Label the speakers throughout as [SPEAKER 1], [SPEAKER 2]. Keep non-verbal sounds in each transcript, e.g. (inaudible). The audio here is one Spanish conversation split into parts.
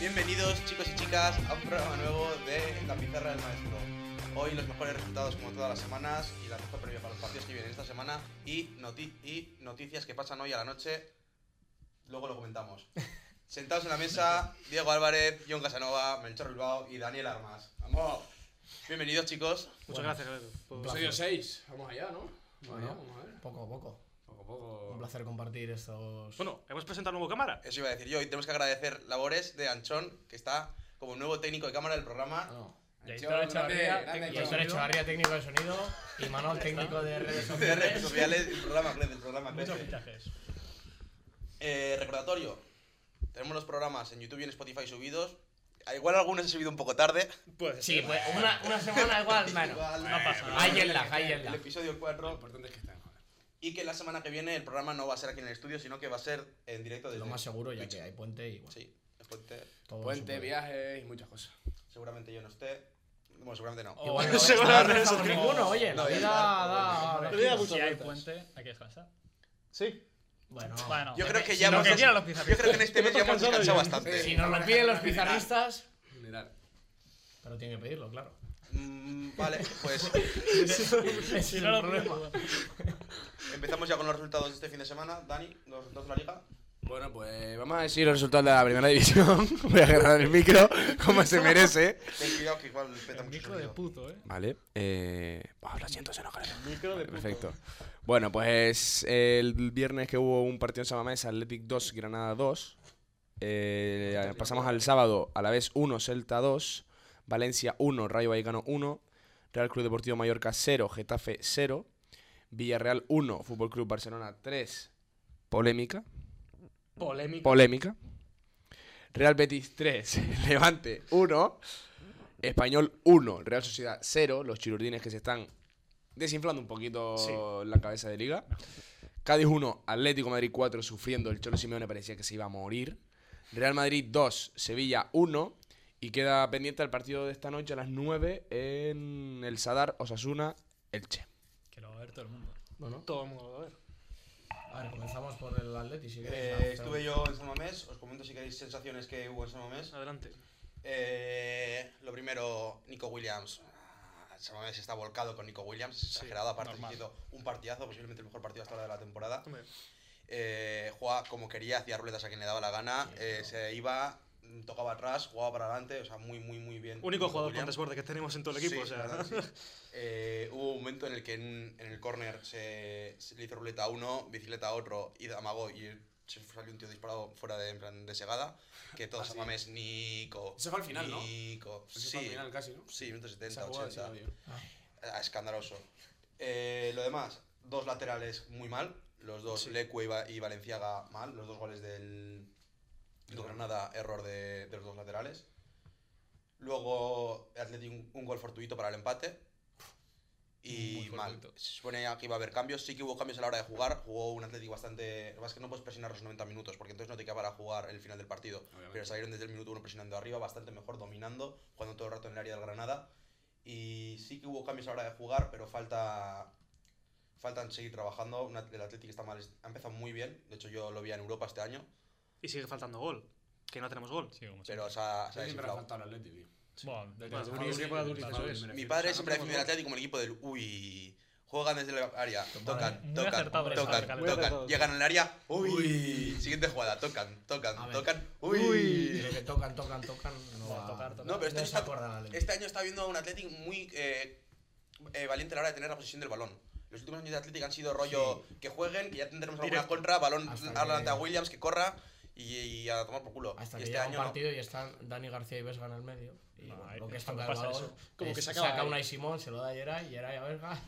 [SPEAKER 1] Bienvenidos chicos y chicas a un programa nuevo de La Pizarra del Maestro. Hoy los mejores resultados como todas las semanas y la mejor previa para los partidos que vienen esta semana y, noti- y noticias que pasan hoy a la noche. Luego lo comentamos. Sentados en la mesa, Diego Álvarez, John Casanova, Melchor Bilbao y Daniel Armas. ¡Vamos! Bienvenidos chicos.
[SPEAKER 2] Muchas
[SPEAKER 3] Bueno.
[SPEAKER 2] gracias, Alberto.
[SPEAKER 4] Pues,
[SPEAKER 2] por-
[SPEAKER 5] Episodio 6, vamos allá, ¿no? Vamos
[SPEAKER 3] Bueno.
[SPEAKER 5] allá, vamos a ver.
[SPEAKER 3] Poco a poco.
[SPEAKER 5] Poco a
[SPEAKER 3] Un
[SPEAKER 5] poco.
[SPEAKER 3] placer compartir estos.
[SPEAKER 2] Bueno, hemos presentado nuevo cámara.
[SPEAKER 1] Eso iba a decir yo. Y tenemos que agradecer labores de Anchón, que está como nuevo técnico de cámara del programa.
[SPEAKER 3] Bueno,
[SPEAKER 5] Anchón,
[SPEAKER 3] Aitor Echevarría,
[SPEAKER 5] grande, grande
[SPEAKER 3] y Aitor
[SPEAKER 5] Anchón.
[SPEAKER 3] Echevarría, técnico de sonido, y Manuel, técnico de redes
[SPEAKER 1] (laughs) De redes
[SPEAKER 3] sociales.
[SPEAKER 1] sociales, el programa crece, el programa
[SPEAKER 3] Muchos
[SPEAKER 1] crece.
[SPEAKER 3] fichajes.
[SPEAKER 1] Eh, recordatorio. Tenemos los programas en YouTube y en Spotify subidos. Ah, Igual algunos he subido un poco tarde.
[SPEAKER 2] Pues
[SPEAKER 3] Sí, pues una, una semana igual, bueno.
[SPEAKER 1] Igual, eh,
[SPEAKER 2] no pasa nada.
[SPEAKER 3] Hay en lag, hay en
[SPEAKER 1] El
[SPEAKER 3] lag.
[SPEAKER 1] episodio
[SPEAKER 5] Lo
[SPEAKER 1] 4.
[SPEAKER 5] importante es que están. joder.
[SPEAKER 1] Y que la semana que viene el programa no va a ser aquí en el estudio, sino que va a ser en directo desde
[SPEAKER 3] Lo más seguro, ya que hay puente y bueno,
[SPEAKER 1] Sí, después te-
[SPEAKER 3] todo
[SPEAKER 5] Puente,
[SPEAKER 3] supone.
[SPEAKER 5] viajes y muchas cosas.
[SPEAKER 1] seguramente yo no esté. Bueno, seguramente no.
[SPEAKER 3] Igual no
[SPEAKER 2] No
[SPEAKER 3] es
[SPEAKER 2] se van a
[SPEAKER 3] nada
[SPEAKER 2] hacer esos
[SPEAKER 3] como-
[SPEAKER 2] tres.
[SPEAKER 3] ninguno, oye, la
[SPEAKER 1] No, ya
[SPEAKER 3] vida
[SPEAKER 1] está,
[SPEAKER 3] da.
[SPEAKER 1] bueno.
[SPEAKER 2] La vida da
[SPEAKER 6] Si
[SPEAKER 2] muchas
[SPEAKER 6] hay
[SPEAKER 2] vueltas.
[SPEAKER 6] puente, hay que descansar.
[SPEAKER 2] Sí.
[SPEAKER 3] Bueno,
[SPEAKER 6] Bueno,
[SPEAKER 1] Yo creo
[SPEAKER 6] depende-
[SPEAKER 1] que
[SPEAKER 6] si
[SPEAKER 1] ya
[SPEAKER 6] lo
[SPEAKER 1] hemos
[SPEAKER 6] que
[SPEAKER 1] des-
[SPEAKER 6] quieran los
[SPEAKER 1] Yo
[SPEAKER 6] pizarristas.
[SPEAKER 1] creo que en este mes ya hemos
[SPEAKER 2] Estoy
[SPEAKER 1] descansado
[SPEAKER 2] cansado
[SPEAKER 5] ¿eh?
[SPEAKER 1] bastante.
[SPEAKER 3] si nos lo piden los pizarristas,
[SPEAKER 5] En general.
[SPEAKER 3] pero tiene que pedirlo, claro.
[SPEAKER 1] Mm, vale, pues
[SPEAKER 3] Ese es el
[SPEAKER 6] Si no lo
[SPEAKER 3] problema.
[SPEAKER 6] piden,
[SPEAKER 1] empezamos ya con los resultados de este fin de semana. Dani, los resultados de la liga.
[SPEAKER 5] Bueno, pues vamos a decir los resultados de la primera división. (laughs) Voy a agarrar el micro como se merece.
[SPEAKER 1] Ten cuidado que igual peta
[SPEAKER 6] El
[SPEAKER 1] mucho
[SPEAKER 6] micro de
[SPEAKER 1] sonido.
[SPEAKER 6] puto, eh.
[SPEAKER 5] Vale. Eh... oh, lo siento, se nos carga.
[SPEAKER 2] Micro de
[SPEAKER 5] Perfecto. Bueno, pues el viernes que hubo un partido en Samamés, Athletic 2, Granada 2. Eh, pasamos al sábado, a la vez 1, Celta 2, Valencia 1, Rayo Vallecano 1, Real Club Deportivo Mallorca 0, Getafe 0, Villarreal 1, Fútbol Club Barcelona 3, polémica,
[SPEAKER 2] Polémico.
[SPEAKER 5] polémica. Real Betis 3, (laughs) Levante 1, Español 1, Real Sociedad 0, los chirurdines que se están desinflando un poquito
[SPEAKER 2] Sí.
[SPEAKER 5] la cabeza de liga. Cádiz 1, Atlético Madrid 4, sufriendo, el Cholo Simeone parecía que se iba a morir. Real Madrid 2, Sevilla 1, y queda pendiente el partido de esta noche a las 9 en el Sadar Osasuna Elche.
[SPEAKER 6] Que lo va a ver todo el mundo.
[SPEAKER 3] Bueno,
[SPEAKER 2] Todo el mundo, a ver.
[SPEAKER 3] a ver, comenzamos por el Atleti, si queréis.
[SPEAKER 1] Eh, estuve yo en San Mamés, os comento si queréis sensaciones que hubo en San Mamés.
[SPEAKER 2] Adelante.
[SPEAKER 1] Eh, lo primero, Nico Williams. Ah, San Mamés está volcado con Nico Williams, exagerado, aparte
[SPEAKER 6] normal.
[SPEAKER 1] hizo un partidazo, posiblemente el mejor partido hasta ahora de la temporada.
[SPEAKER 2] Hombre,
[SPEAKER 1] Eh, jugaba como quería, hacía ruletas a quien le daba la gana,
[SPEAKER 3] Sí,
[SPEAKER 1] eh,
[SPEAKER 3] claro.
[SPEAKER 1] se iba, mm, tocaba atrás, jugaba para adelante, o sea, muy, muy, muy bien.
[SPEAKER 2] Único
[SPEAKER 1] Nico
[SPEAKER 2] jugador con
[SPEAKER 1] Williams.
[SPEAKER 2] desborde que tenemos en todo el
[SPEAKER 1] Sí,
[SPEAKER 2] equipo. o
[SPEAKER 1] es
[SPEAKER 2] sea,
[SPEAKER 1] verdad, sí. Eh, hubo un momento en el que en, en el córner se, se le hizo ruleta a uno, bicicleta a otro y amagó y se salió un tío disparado fuera de, en plan de segada. Que todos
[SPEAKER 5] Ah, sí.
[SPEAKER 1] mames, Nico.
[SPEAKER 5] Eso fue al final, ¿no?
[SPEAKER 1] Nico. Sí,
[SPEAKER 5] casi, ¿no?
[SPEAKER 1] sí, 170, 80. Ah, Escandaloso. Eh, lo demás, dos laterales muy mal. Los dos, Leque y, Va- y Valenciaga, mal. Los dos goles del, del Granada, error de, de los dos laterales. Luego, Atleti un, un gol fortuito para el empate. Y
[SPEAKER 6] Muy
[SPEAKER 1] mal.
[SPEAKER 6] fortuito.
[SPEAKER 1] Se supone que iba a haber cambios. Sí que hubo cambios a la hora de jugar. Jugó un Atlético bastante. Lo que pasa es que no puedes presionar los 90 minutos, porque entonces no te queda para jugar el final del partido.
[SPEAKER 5] Obviamente.
[SPEAKER 1] Pero salieron desde el minuto uno presionando arriba, bastante mejor, dominando, jugando todo el rato en el área del Granada. Y sí que hubo cambios a la hora de jugar, pero falta. Faltan seguir trabajando. Un at- El Atlético está mal. Ha empezado muy bien. De hecho, yo lo vi en Europa este año.
[SPEAKER 2] y sigue faltando gol. Que no tenemos gol.
[SPEAKER 6] Sí, como
[SPEAKER 1] Pero se ha, se ha desinflado.
[SPEAKER 5] el Atlético.
[SPEAKER 6] Bueno,
[SPEAKER 5] Desde
[SPEAKER 2] Bueno,
[SPEAKER 5] que
[SPEAKER 2] Duriz,
[SPEAKER 5] Duriz,
[SPEAKER 2] para Duriz,
[SPEAKER 5] para
[SPEAKER 2] eso
[SPEAKER 5] Duriz,
[SPEAKER 2] es.
[SPEAKER 5] me
[SPEAKER 1] Mi
[SPEAKER 5] refiero.
[SPEAKER 1] padre
[SPEAKER 5] O sea,
[SPEAKER 1] siempre ha
[SPEAKER 5] no
[SPEAKER 1] definido al Atlético como el equipo del uy. Juegan desde la área, tocan,
[SPEAKER 6] muy
[SPEAKER 1] tocan,
[SPEAKER 6] acertado,
[SPEAKER 1] tocan,
[SPEAKER 6] muy
[SPEAKER 1] tocan.
[SPEAKER 2] acertado.
[SPEAKER 1] Llegan al área, uy. Siguiente jugada, tocan,
[SPEAKER 3] A
[SPEAKER 1] tocan,
[SPEAKER 3] ver.
[SPEAKER 1] tocan,
[SPEAKER 3] Pero
[SPEAKER 1] uy.
[SPEAKER 3] que tocan, tocan, tocan. No,
[SPEAKER 6] Va a
[SPEAKER 3] va-
[SPEAKER 6] tocar, tocar.
[SPEAKER 1] No, pero esto
[SPEAKER 3] se
[SPEAKER 1] está-
[SPEAKER 3] acuerda la ley.
[SPEAKER 1] Este año está viendo a un Atlético muy eh, eh, valiente a la hora de tener la posesión del balón. Los últimos años de Atlético han sido rollo que jueguen, que ya tendremos alguna
[SPEAKER 2] Directo.
[SPEAKER 1] contra, balón
[SPEAKER 3] Hasta
[SPEAKER 1] adelante
[SPEAKER 3] que-
[SPEAKER 1] a Williams que corra y, y a tomar por culo.
[SPEAKER 3] Hasta
[SPEAKER 1] Y
[SPEAKER 3] que
[SPEAKER 1] este
[SPEAKER 3] llega
[SPEAKER 1] año
[SPEAKER 3] un
[SPEAKER 1] no.
[SPEAKER 3] partido y están Dani García y Vesga en el medio. Y
[SPEAKER 6] No,
[SPEAKER 3] bueno,
[SPEAKER 6] ahí-
[SPEAKER 3] lo que es
[SPEAKER 6] cuando
[SPEAKER 3] tocar el
[SPEAKER 6] pasa
[SPEAKER 3] balón,
[SPEAKER 6] eso, como
[SPEAKER 3] es-
[SPEAKER 6] que se acaba
[SPEAKER 3] saca
[SPEAKER 6] ahí.
[SPEAKER 3] una y Simón, se lo da a Yeray, Yeray a Vesga.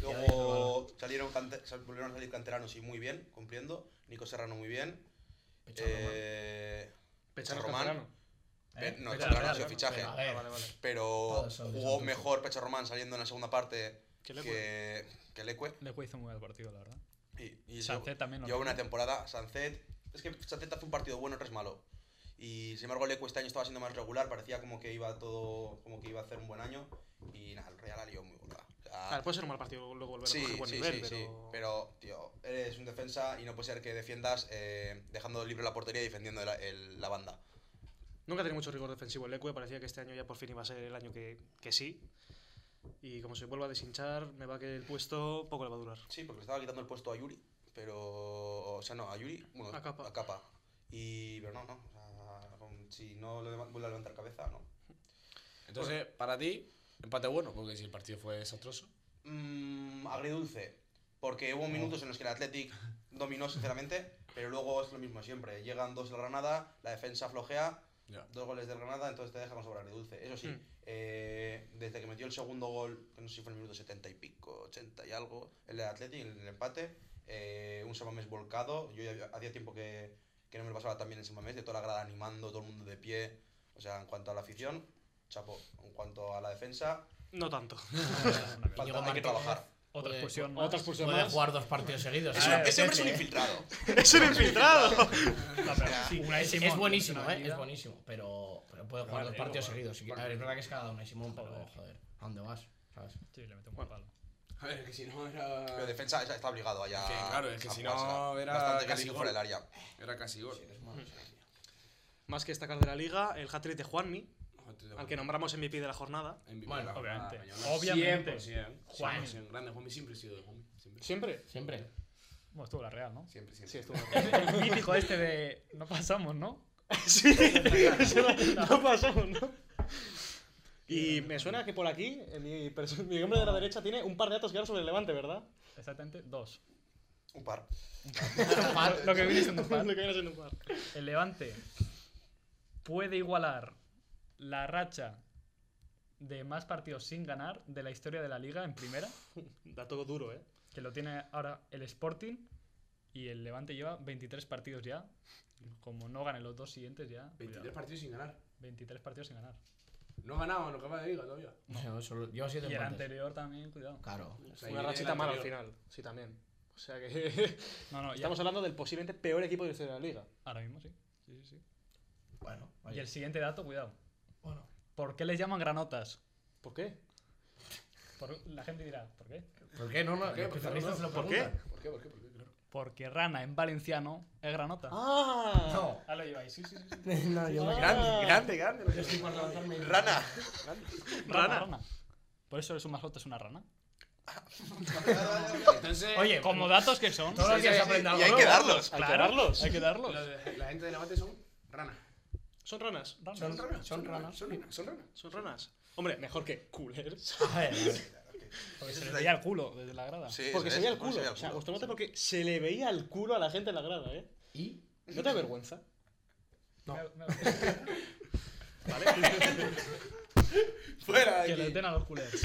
[SPEAKER 1] Luego salieron cante- sal- volvieron a salir canteranos y muy bien, cumpliendo. Nico Serrano muy bien.
[SPEAKER 3] Pecharro,
[SPEAKER 1] eh,
[SPEAKER 2] Pechar
[SPEAKER 1] Román.
[SPEAKER 2] Román.
[SPEAKER 1] Pe- no,
[SPEAKER 6] Pecha
[SPEAKER 1] Serrano ha
[SPEAKER 6] Román,
[SPEAKER 1] sido
[SPEAKER 6] ¿no?
[SPEAKER 1] fichaje.
[SPEAKER 3] Pero, a
[SPEAKER 4] Ah,
[SPEAKER 3] ver,
[SPEAKER 2] Vale, vale.
[SPEAKER 1] Pero
[SPEAKER 3] Todos son de
[SPEAKER 1] jugó
[SPEAKER 3] Santos.
[SPEAKER 1] mejor Pecha Román saliendo en la segunda parte
[SPEAKER 2] Que Leque.
[SPEAKER 1] que, que Leque.
[SPEAKER 6] Leque hizo muy buen partido, la verdad.
[SPEAKER 1] Y, y
[SPEAKER 6] Sancet también lo
[SPEAKER 1] Lleva
[SPEAKER 6] metió.
[SPEAKER 1] una temporada, Sancet. Es que Sancet hace un partido bueno, otro es malo. Y sin embargo, Leco este año estaba siendo más regular, parecía como que iba todo, como que iba a hacer un buen año. Y nada, el Real la lió muy gorda. O sea,
[SPEAKER 4] Claro, puede ser un mal partido luego volver a
[SPEAKER 1] Ah. sí,
[SPEAKER 4] coger buen
[SPEAKER 1] sí,
[SPEAKER 4] nivel,
[SPEAKER 1] sí, sí.
[SPEAKER 4] pero...
[SPEAKER 1] Pero, tío, eres un defensa y no puede ser que defiendas eh, dejando libre la portería y defendiendo la, el- la banda.
[SPEAKER 4] Nunca tenía mucho rigor defensivo el Lecue, parecía que este año ya por fin iba a ser el año que, que sí. Y como se vuelva a deshinchar, me va que el puesto poco le va a durar.
[SPEAKER 1] Sí, porque le estaba quitando el puesto a Yuri, pero. O sea, no, a Yuri, bueno,
[SPEAKER 4] A Capa.
[SPEAKER 1] Y. Pero no, no. O sea, con- si no le leva- vuelve a levantar cabeza, no.
[SPEAKER 5] Entonces, para ti, empate bueno, porque si el partido fue desastroso.
[SPEAKER 1] Mm, agridulce. Porque hubo minutos en los que el Athletic dominó, sinceramente, pero luego es lo mismo siempre. Llegan dos del Granada, la defensa flojea,
[SPEAKER 5] Ya.
[SPEAKER 1] dos goles del Granada, entonces te deja con sobre agridulce. Eso sí,
[SPEAKER 4] Mm.
[SPEAKER 1] eh, desde que metió el segundo gol, que no sé si fue en el minuto 70 y pico, 80 y algo, el del Athletic, el, el empate, eh, un Samamés volcado. Yo ya había- hacía tiempo que, que no me lo pasaba también en Samamés, de toda la grada animando, todo el mundo de pie. O sea, en cuanto a la afición, chapo. En cuanto a la defensa,
[SPEAKER 4] No tanto. (laughs)
[SPEAKER 1] falta, hay que
[SPEAKER 3] Martínez.
[SPEAKER 1] trabajar.
[SPEAKER 6] Otra
[SPEAKER 3] Puede-
[SPEAKER 6] expulsión. más. (laughs)
[SPEAKER 4] Otra expulsión
[SPEAKER 3] Puede
[SPEAKER 4] más.
[SPEAKER 3] jugar dos partidos seguidos.
[SPEAKER 1] Es
[SPEAKER 6] Ah,
[SPEAKER 1] un-
[SPEAKER 6] eh,
[SPEAKER 1] ese hombre es un
[SPEAKER 3] eh.
[SPEAKER 1] infiltrado.
[SPEAKER 4] ¡Es un
[SPEAKER 1] (laughs)
[SPEAKER 4] infiltrado!
[SPEAKER 6] No, pero sí, una de
[SPEAKER 3] Es,
[SPEAKER 6] Simón,
[SPEAKER 3] es buenísimo,
[SPEAKER 6] una
[SPEAKER 3] ¿eh? Es
[SPEAKER 6] habilidad.
[SPEAKER 3] buenísimo, pero, pero puede jugar
[SPEAKER 6] Vale,
[SPEAKER 3] dos
[SPEAKER 6] digo,
[SPEAKER 3] partidos
[SPEAKER 6] vale.
[SPEAKER 3] seguidos. si quiere. A ver, es verdad que es cada una y Simón, pero joder, ¿a dónde vas? ¿Sabes?
[SPEAKER 6] Sí, le mete un buen palo.
[SPEAKER 5] A ver, que si no era.
[SPEAKER 1] Pero defensa está está obligado allá.
[SPEAKER 5] Sí, claro, es que
[SPEAKER 1] a
[SPEAKER 5] si
[SPEAKER 1] jugársela.
[SPEAKER 5] no era
[SPEAKER 1] Bastante
[SPEAKER 5] casi
[SPEAKER 1] casi
[SPEAKER 5] gol.
[SPEAKER 1] fuera del área.
[SPEAKER 5] Era casi gol.
[SPEAKER 4] Más que destacar de la liga, el hat-trick de Juanmi, al que nombramos MVP de la jornada.
[SPEAKER 3] Bueno,
[SPEAKER 5] Ah,
[SPEAKER 6] obviamente. Obviamente.
[SPEAKER 5] 100%.
[SPEAKER 6] Juan.
[SPEAKER 5] 100%. Grande Juanmi siempre he sido de Juanmi. Siempre.
[SPEAKER 4] ¿Siempre?
[SPEAKER 3] Siempre.
[SPEAKER 6] Bueno, estuvo la
[SPEAKER 5] (laughs)
[SPEAKER 6] Real, ¿no?
[SPEAKER 5] Siempre, siempre.
[SPEAKER 4] Sí, estuvo.
[SPEAKER 6] El mítico este de. No pasamos, ¿no?
[SPEAKER 4] sí, eso (laughs) no, no pasó, ¿no? Y me suena que por aquí, eh, mi, perso- mi hombre de la derecha tiene un par de datos que dar sobre el Levante, ¿verdad?
[SPEAKER 6] Exactamente, dos.
[SPEAKER 1] Un
[SPEAKER 5] (laughs)
[SPEAKER 1] par.
[SPEAKER 6] Lo que
[SPEAKER 4] (laughs)
[SPEAKER 6] viene siendo un par.
[SPEAKER 4] Lo que viene siendo un par.
[SPEAKER 6] El Levante puede igualar la racha de más partidos sin ganar de la historia de la liga en primera,
[SPEAKER 4] Dato duro, ¿eh?
[SPEAKER 6] que lo tiene ahora el Sporting y el Levante lleva 23 partidos ya. Como no ganen los dos siguientes ya.
[SPEAKER 5] 23
[SPEAKER 6] cuidado.
[SPEAKER 5] partidos sin ganar.
[SPEAKER 6] 23 partidos sin ganar.
[SPEAKER 5] No ha ganado en lo que va de liga todavía.
[SPEAKER 3] No, solo- Lleva siete
[SPEAKER 6] Y el
[SPEAKER 3] empates.
[SPEAKER 6] anterior también, cuidado.
[SPEAKER 3] Claro.
[SPEAKER 5] O sea,
[SPEAKER 4] Una
[SPEAKER 5] viene
[SPEAKER 4] rachita
[SPEAKER 5] el
[SPEAKER 4] mala al
[SPEAKER 5] anterior.
[SPEAKER 4] final, sí, también. O sea (laughs) que
[SPEAKER 6] No, no, ya-
[SPEAKER 4] estamos hablando del posiblemente peor equipo de la historia de la liga.
[SPEAKER 6] ahora mismo sí. Sí, sí, sí.
[SPEAKER 3] Bueno,
[SPEAKER 6] Y
[SPEAKER 3] oye,
[SPEAKER 6] el siguiente dato, cuidado.
[SPEAKER 3] bueno.
[SPEAKER 6] ¿Por qué les llaman granotas?
[SPEAKER 4] ¿Por qué?
[SPEAKER 6] Por- la gente dirá, ¿por qué?
[SPEAKER 3] ¿Por qué no? no
[SPEAKER 5] qué?
[SPEAKER 3] los
[SPEAKER 5] ¿Por qué?
[SPEAKER 3] especialistas pues lo
[SPEAKER 4] ¿Por qué?
[SPEAKER 3] preguntan.
[SPEAKER 5] ¿Por qué? ¿Por qué? ¿Por qué? Claro.
[SPEAKER 6] Porque rana en valenciano es granota.
[SPEAKER 4] ¡Ah!
[SPEAKER 3] No.
[SPEAKER 6] Ah, lo lleváis, sí, sí, sí. sí.
[SPEAKER 3] No, yo me
[SPEAKER 4] Grande, grande,
[SPEAKER 3] Yo estoy por levantarme. y-
[SPEAKER 1] Rana.
[SPEAKER 5] (laughs)
[SPEAKER 6] Rana. rana. Por eso eres un mascota, es una rana.
[SPEAKER 5] Entonces,
[SPEAKER 3] Oye,
[SPEAKER 6] Como datos que son.
[SPEAKER 3] todos los días se aprende algo
[SPEAKER 1] Y hay que
[SPEAKER 3] nuevo.
[SPEAKER 1] darlos.
[SPEAKER 4] Hay que darlos.
[SPEAKER 6] Hay que darlos.
[SPEAKER 5] lo de- la gente de Levante son ranas.
[SPEAKER 4] Son ranas.
[SPEAKER 6] Ranas.
[SPEAKER 3] Son ranas. Son ranas.
[SPEAKER 5] Son ranas. Son ranas.
[SPEAKER 4] Son ranas. Hombre, mejor que coolers.
[SPEAKER 3] A ver,
[SPEAKER 6] Porque
[SPEAKER 1] Eso es
[SPEAKER 6] se les
[SPEAKER 1] de-
[SPEAKER 6] veía el culo desde la grada.
[SPEAKER 1] Sí,
[SPEAKER 4] porque
[SPEAKER 1] eso
[SPEAKER 4] se veía
[SPEAKER 1] es,
[SPEAKER 4] el culo.
[SPEAKER 1] se veía
[SPEAKER 4] O sea, os tomate
[SPEAKER 1] sí.
[SPEAKER 4] porque se le veía el culo a la gente en la grada, ¿eh?
[SPEAKER 3] ¿Y?
[SPEAKER 4] ¿No te (laughs) avergüenza?
[SPEAKER 6] Me- me-
[SPEAKER 5] (laughs) Fuera
[SPEAKER 6] que
[SPEAKER 5] de
[SPEAKER 6] le
[SPEAKER 5] aquí.
[SPEAKER 6] den a los culés.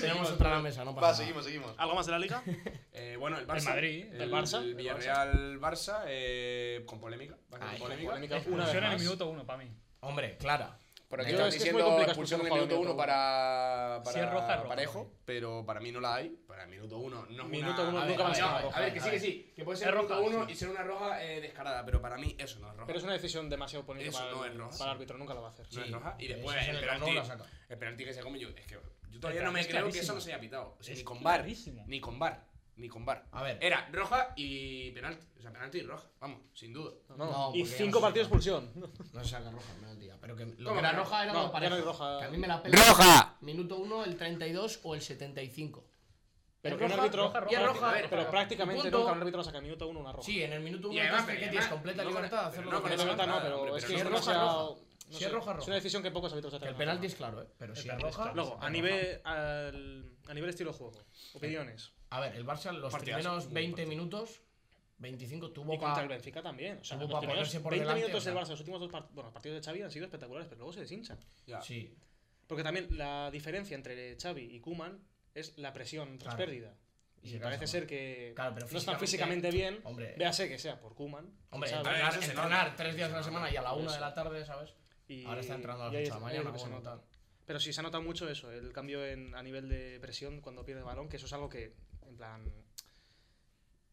[SPEAKER 3] Tenemos otra en la mesa, no pasa
[SPEAKER 1] Va,
[SPEAKER 3] nada.
[SPEAKER 1] seguimos, seguimos.
[SPEAKER 4] ¿Algo más de la liga?
[SPEAKER 5] (laughs) Eh, bueno, el Barça.
[SPEAKER 6] Madrid,
[SPEAKER 5] El,
[SPEAKER 4] el Barça,
[SPEAKER 5] El
[SPEAKER 4] el
[SPEAKER 5] Villarreal Barça, eh, con polémica. bastante
[SPEAKER 3] Ay, con
[SPEAKER 5] polémica.
[SPEAKER 4] polémica. Una vez
[SPEAKER 6] Expulsión en el
[SPEAKER 4] más.
[SPEAKER 6] minuto uno para mí.
[SPEAKER 3] Hombre, Clara.
[SPEAKER 5] Por aquí
[SPEAKER 4] Yo
[SPEAKER 5] están
[SPEAKER 4] es que es muy
[SPEAKER 5] diciendo
[SPEAKER 4] complicado
[SPEAKER 5] expulsión en el
[SPEAKER 4] expulsar a un
[SPEAKER 5] minuto
[SPEAKER 4] jugador
[SPEAKER 5] 1 para, para
[SPEAKER 6] Si es roja, es roja
[SPEAKER 5] Parejo,
[SPEAKER 6] para mí.
[SPEAKER 5] pero para mí no la hay. Para el minuto 1 no es
[SPEAKER 4] Minuto
[SPEAKER 5] una...
[SPEAKER 4] uno
[SPEAKER 5] a ver,
[SPEAKER 4] nunca va a
[SPEAKER 5] a
[SPEAKER 4] ser
[SPEAKER 5] ver,
[SPEAKER 4] una
[SPEAKER 5] a
[SPEAKER 4] roja,
[SPEAKER 5] ver, que sí,
[SPEAKER 3] a
[SPEAKER 5] que
[SPEAKER 3] ver.
[SPEAKER 5] sí. Que puede ser
[SPEAKER 6] Es
[SPEAKER 5] el minuto
[SPEAKER 6] roja,
[SPEAKER 5] 1
[SPEAKER 6] sí.
[SPEAKER 5] y ser una roja eh, descarada, pero para mí eso no es roja.
[SPEAKER 4] Pero es una decisión demasiado polémica
[SPEAKER 5] Eso
[SPEAKER 4] para,
[SPEAKER 5] no
[SPEAKER 4] el-
[SPEAKER 5] es roja.
[SPEAKER 4] para el árbitro, nunca la va a hacer.
[SPEAKER 5] No es
[SPEAKER 3] Sí.
[SPEAKER 5] roja. Y
[SPEAKER 3] Eso
[SPEAKER 5] después
[SPEAKER 3] es en
[SPEAKER 5] el
[SPEAKER 3] el Camp Nou
[SPEAKER 5] penalti,
[SPEAKER 3] la saca.
[SPEAKER 5] el penalti que se come yo. Es que yo todavía
[SPEAKER 6] El
[SPEAKER 5] no me
[SPEAKER 6] penalti es
[SPEAKER 5] creo que eso
[SPEAKER 6] clarísimo.
[SPEAKER 5] no se haya pitado. O sea,
[SPEAKER 6] Es
[SPEAKER 5] ni con bar.
[SPEAKER 6] clarísimo.
[SPEAKER 5] Ni con bar. Ni con bar.
[SPEAKER 3] A ver.
[SPEAKER 5] Era roja y penalti. O sea, penalti y roja. Vamos, sin duda.
[SPEAKER 4] No,
[SPEAKER 3] No,
[SPEAKER 4] y
[SPEAKER 3] porque ya
[SPEAKER 4] cinco
[SPEAKER 3] no se
[SPEAKER 4] partidos de expulsión.
[SPEAKER 3] No se saca roja, me lo tía. Pero que lo
[SPEAKER 5] ¿Cómo
[SPEAKER 3] que era
[SPEAKER 5] que no?
[SPEAKER 3] roja era
[SPEAKER 4] No,
[SPEAKER 3] lo parejo.
[SPEAKER 4] ya no hay roja.
[SPEAKER 3] Que a mí me la pela.
[SPEAKER 5] ¡Roja!
[SPEAKER 3] Minuto 1, el 32 o el 75.
[SPEAKER 4] Pero
[SPEAKER 3] Es
[SPEAKER 4] que un
[SPEAKER 3] roja,
[SPEAKER 4] árbitro.
[SPEAKER 6] roja, roja,
[SPEAKER 4] y es
[SPEAKER 6] roja,
[SPEAKER 4] roja,
[SPEAKER 6] roja,
[SPEAKER 4] pero
[SPEAKER 3] roja.
[SPEAKER 4] prácticamente
[SPEAKER 3] Punto.
[SPEAKER 4] nunca un árbitro la saca en minuto uno una roja.
[SPEAKER 3] Sí, en el minuto 1
[SPEAKER 5] Y además,
[SPEAKER 3] que
[SPEAKER 5] pero
[SPEAKER 3] tienes
[SPEAKER 5] además,
[SPEAKER 3] completa
[SPEAKER 5] no con-
[SPEAKER 3] libertad de hacer
[SPEAKER 5] pero
[SPEAKER 3] lo
[SPEAKER 5] no
[SPEAKER 3] que
[SPEAKER 5] con
[SPEAKER 4] Pero
[SPEAKER 5] esa
[SPEAKER 3] quieras.
[SPEAKER 4] no,
[SPEAKER 5] nada,
[SPEAKER 4] pero
[SPEAKER 5] hombre,
[SPEAKER 4] es
[SPEAKER 5] pero
[SPEAKER 4] que
[SPEAKER 5] si
[SPEAKER 4] es
[SPEAKER 5] es
[SPEAKER 4] roja.
[SPEAKER 3] roja, roja.
[SPEAKER 4] no
[SPEAKER 3] Si
[SPEAKER 4] sé,
[SPEAKER 3] es roja, roja.
[SPEAKER 4] Es una decisión que pocos árbitros
[SPEAKER 3] Que
[SPEAKER 4] hacen.
[SPEAKER 3] el penalti es claro, ¿eh? Pero
[SPEAKER 6] El
[SPEAKER 3] si es
[SPEAKER 6] penalti es
[SPEAKER 3] roja.
[SPEAKER 6] claro.
[SPEAKER 4] Luego, a nivel, al- a nivel estilo de juego, opiniones.
[SPEAKER 3] A ver, el Barça los
[SPEAKER 5] Partidazo,
[SPEAKER 3] primeros
[SPEAKER 5] muy
[SPEAKER 3] 20
[SPEAKER 5] partido.
[SPEAKER 3] minutos, 25,
[SPEAKER 4] Y
[SPEAKER 3] tuvo
[SPEAKER 4] contra el
[SPEAKER 3] para.
[SPEAKER 4] Benfica también. O sea,
[SPEAKER 3] hubo
[SPEAKER 4] los
[SPEAKER 3] pa
[SPEAKER 4] primeros
[SPEAKER 3] ponerse por
[SPEAKER 4] 20
[SPEAKER 3] delante,
[SPEAKER 4] minutos
[SPEAKER 3] o sea.
[SPEAKER 4] del Barça, los últimos dos part- bueno, los partidos de Xavi han sido espectaculares, pero luego se deshinchan.
[SPEAKER 5] Ya.
[SPEAKER 3] Sí,
[SPEAKER 4] Porque también la diferencia entre Xavi y Kuman es la presión tras
[SPEAKER 3] Claro.
[SPEAKER 4] pérdida.
[SPEAKER 3] Y
[SPEAKER 4] Y,
[SPEAKER 3] se
[SPEAKER 4] parece
[SPEAKER 3] cansa
[SPEAKER 4] ser que
[SPEAKER 3] Claro, pero
[SPEAKER 4] no están
[SPEAKER 3] físicamente-
[SPEAKER 4] físicamente bien,
[SPEAKER 3] hombre.
[SPEAKER 4] véase que sea por Kuman.
[SPEAKER 3] Hombre,
[SPEAKER 4] ¿sabes?
[SPEAKER 5] ver,
[SPEAKER 3] entrenar,
[SPEAKER 5] eso se
[SPEAKER 3] entrenar
[SPEAKER 5] nota.
[SPEAKER 3] tres días a la semana y a la
[SPEAKER 4] Eso.
[SPEAKER 3] 1 de la tarde, ¿sabes?
[SPEAKER 4] y,
[SPEAKER 3] Ahora está entrando a las
[SPEAKER 4] y ahí
[SPEAKER 3] 8 de la
[SPEAKER 4] es- ahí es
[SPEAKER 3] mañana.
[SPEAKER 4] lo que se
[SPEAKER 3] bueno,
[SPEAKER 4] nota.
[SPEAKER 3] tal.
[SPEAKER 4] Pero sí se nota mucho eso, el cambio en- a nivel de presión cuando pierde el balón, que eso es algo que, en plan.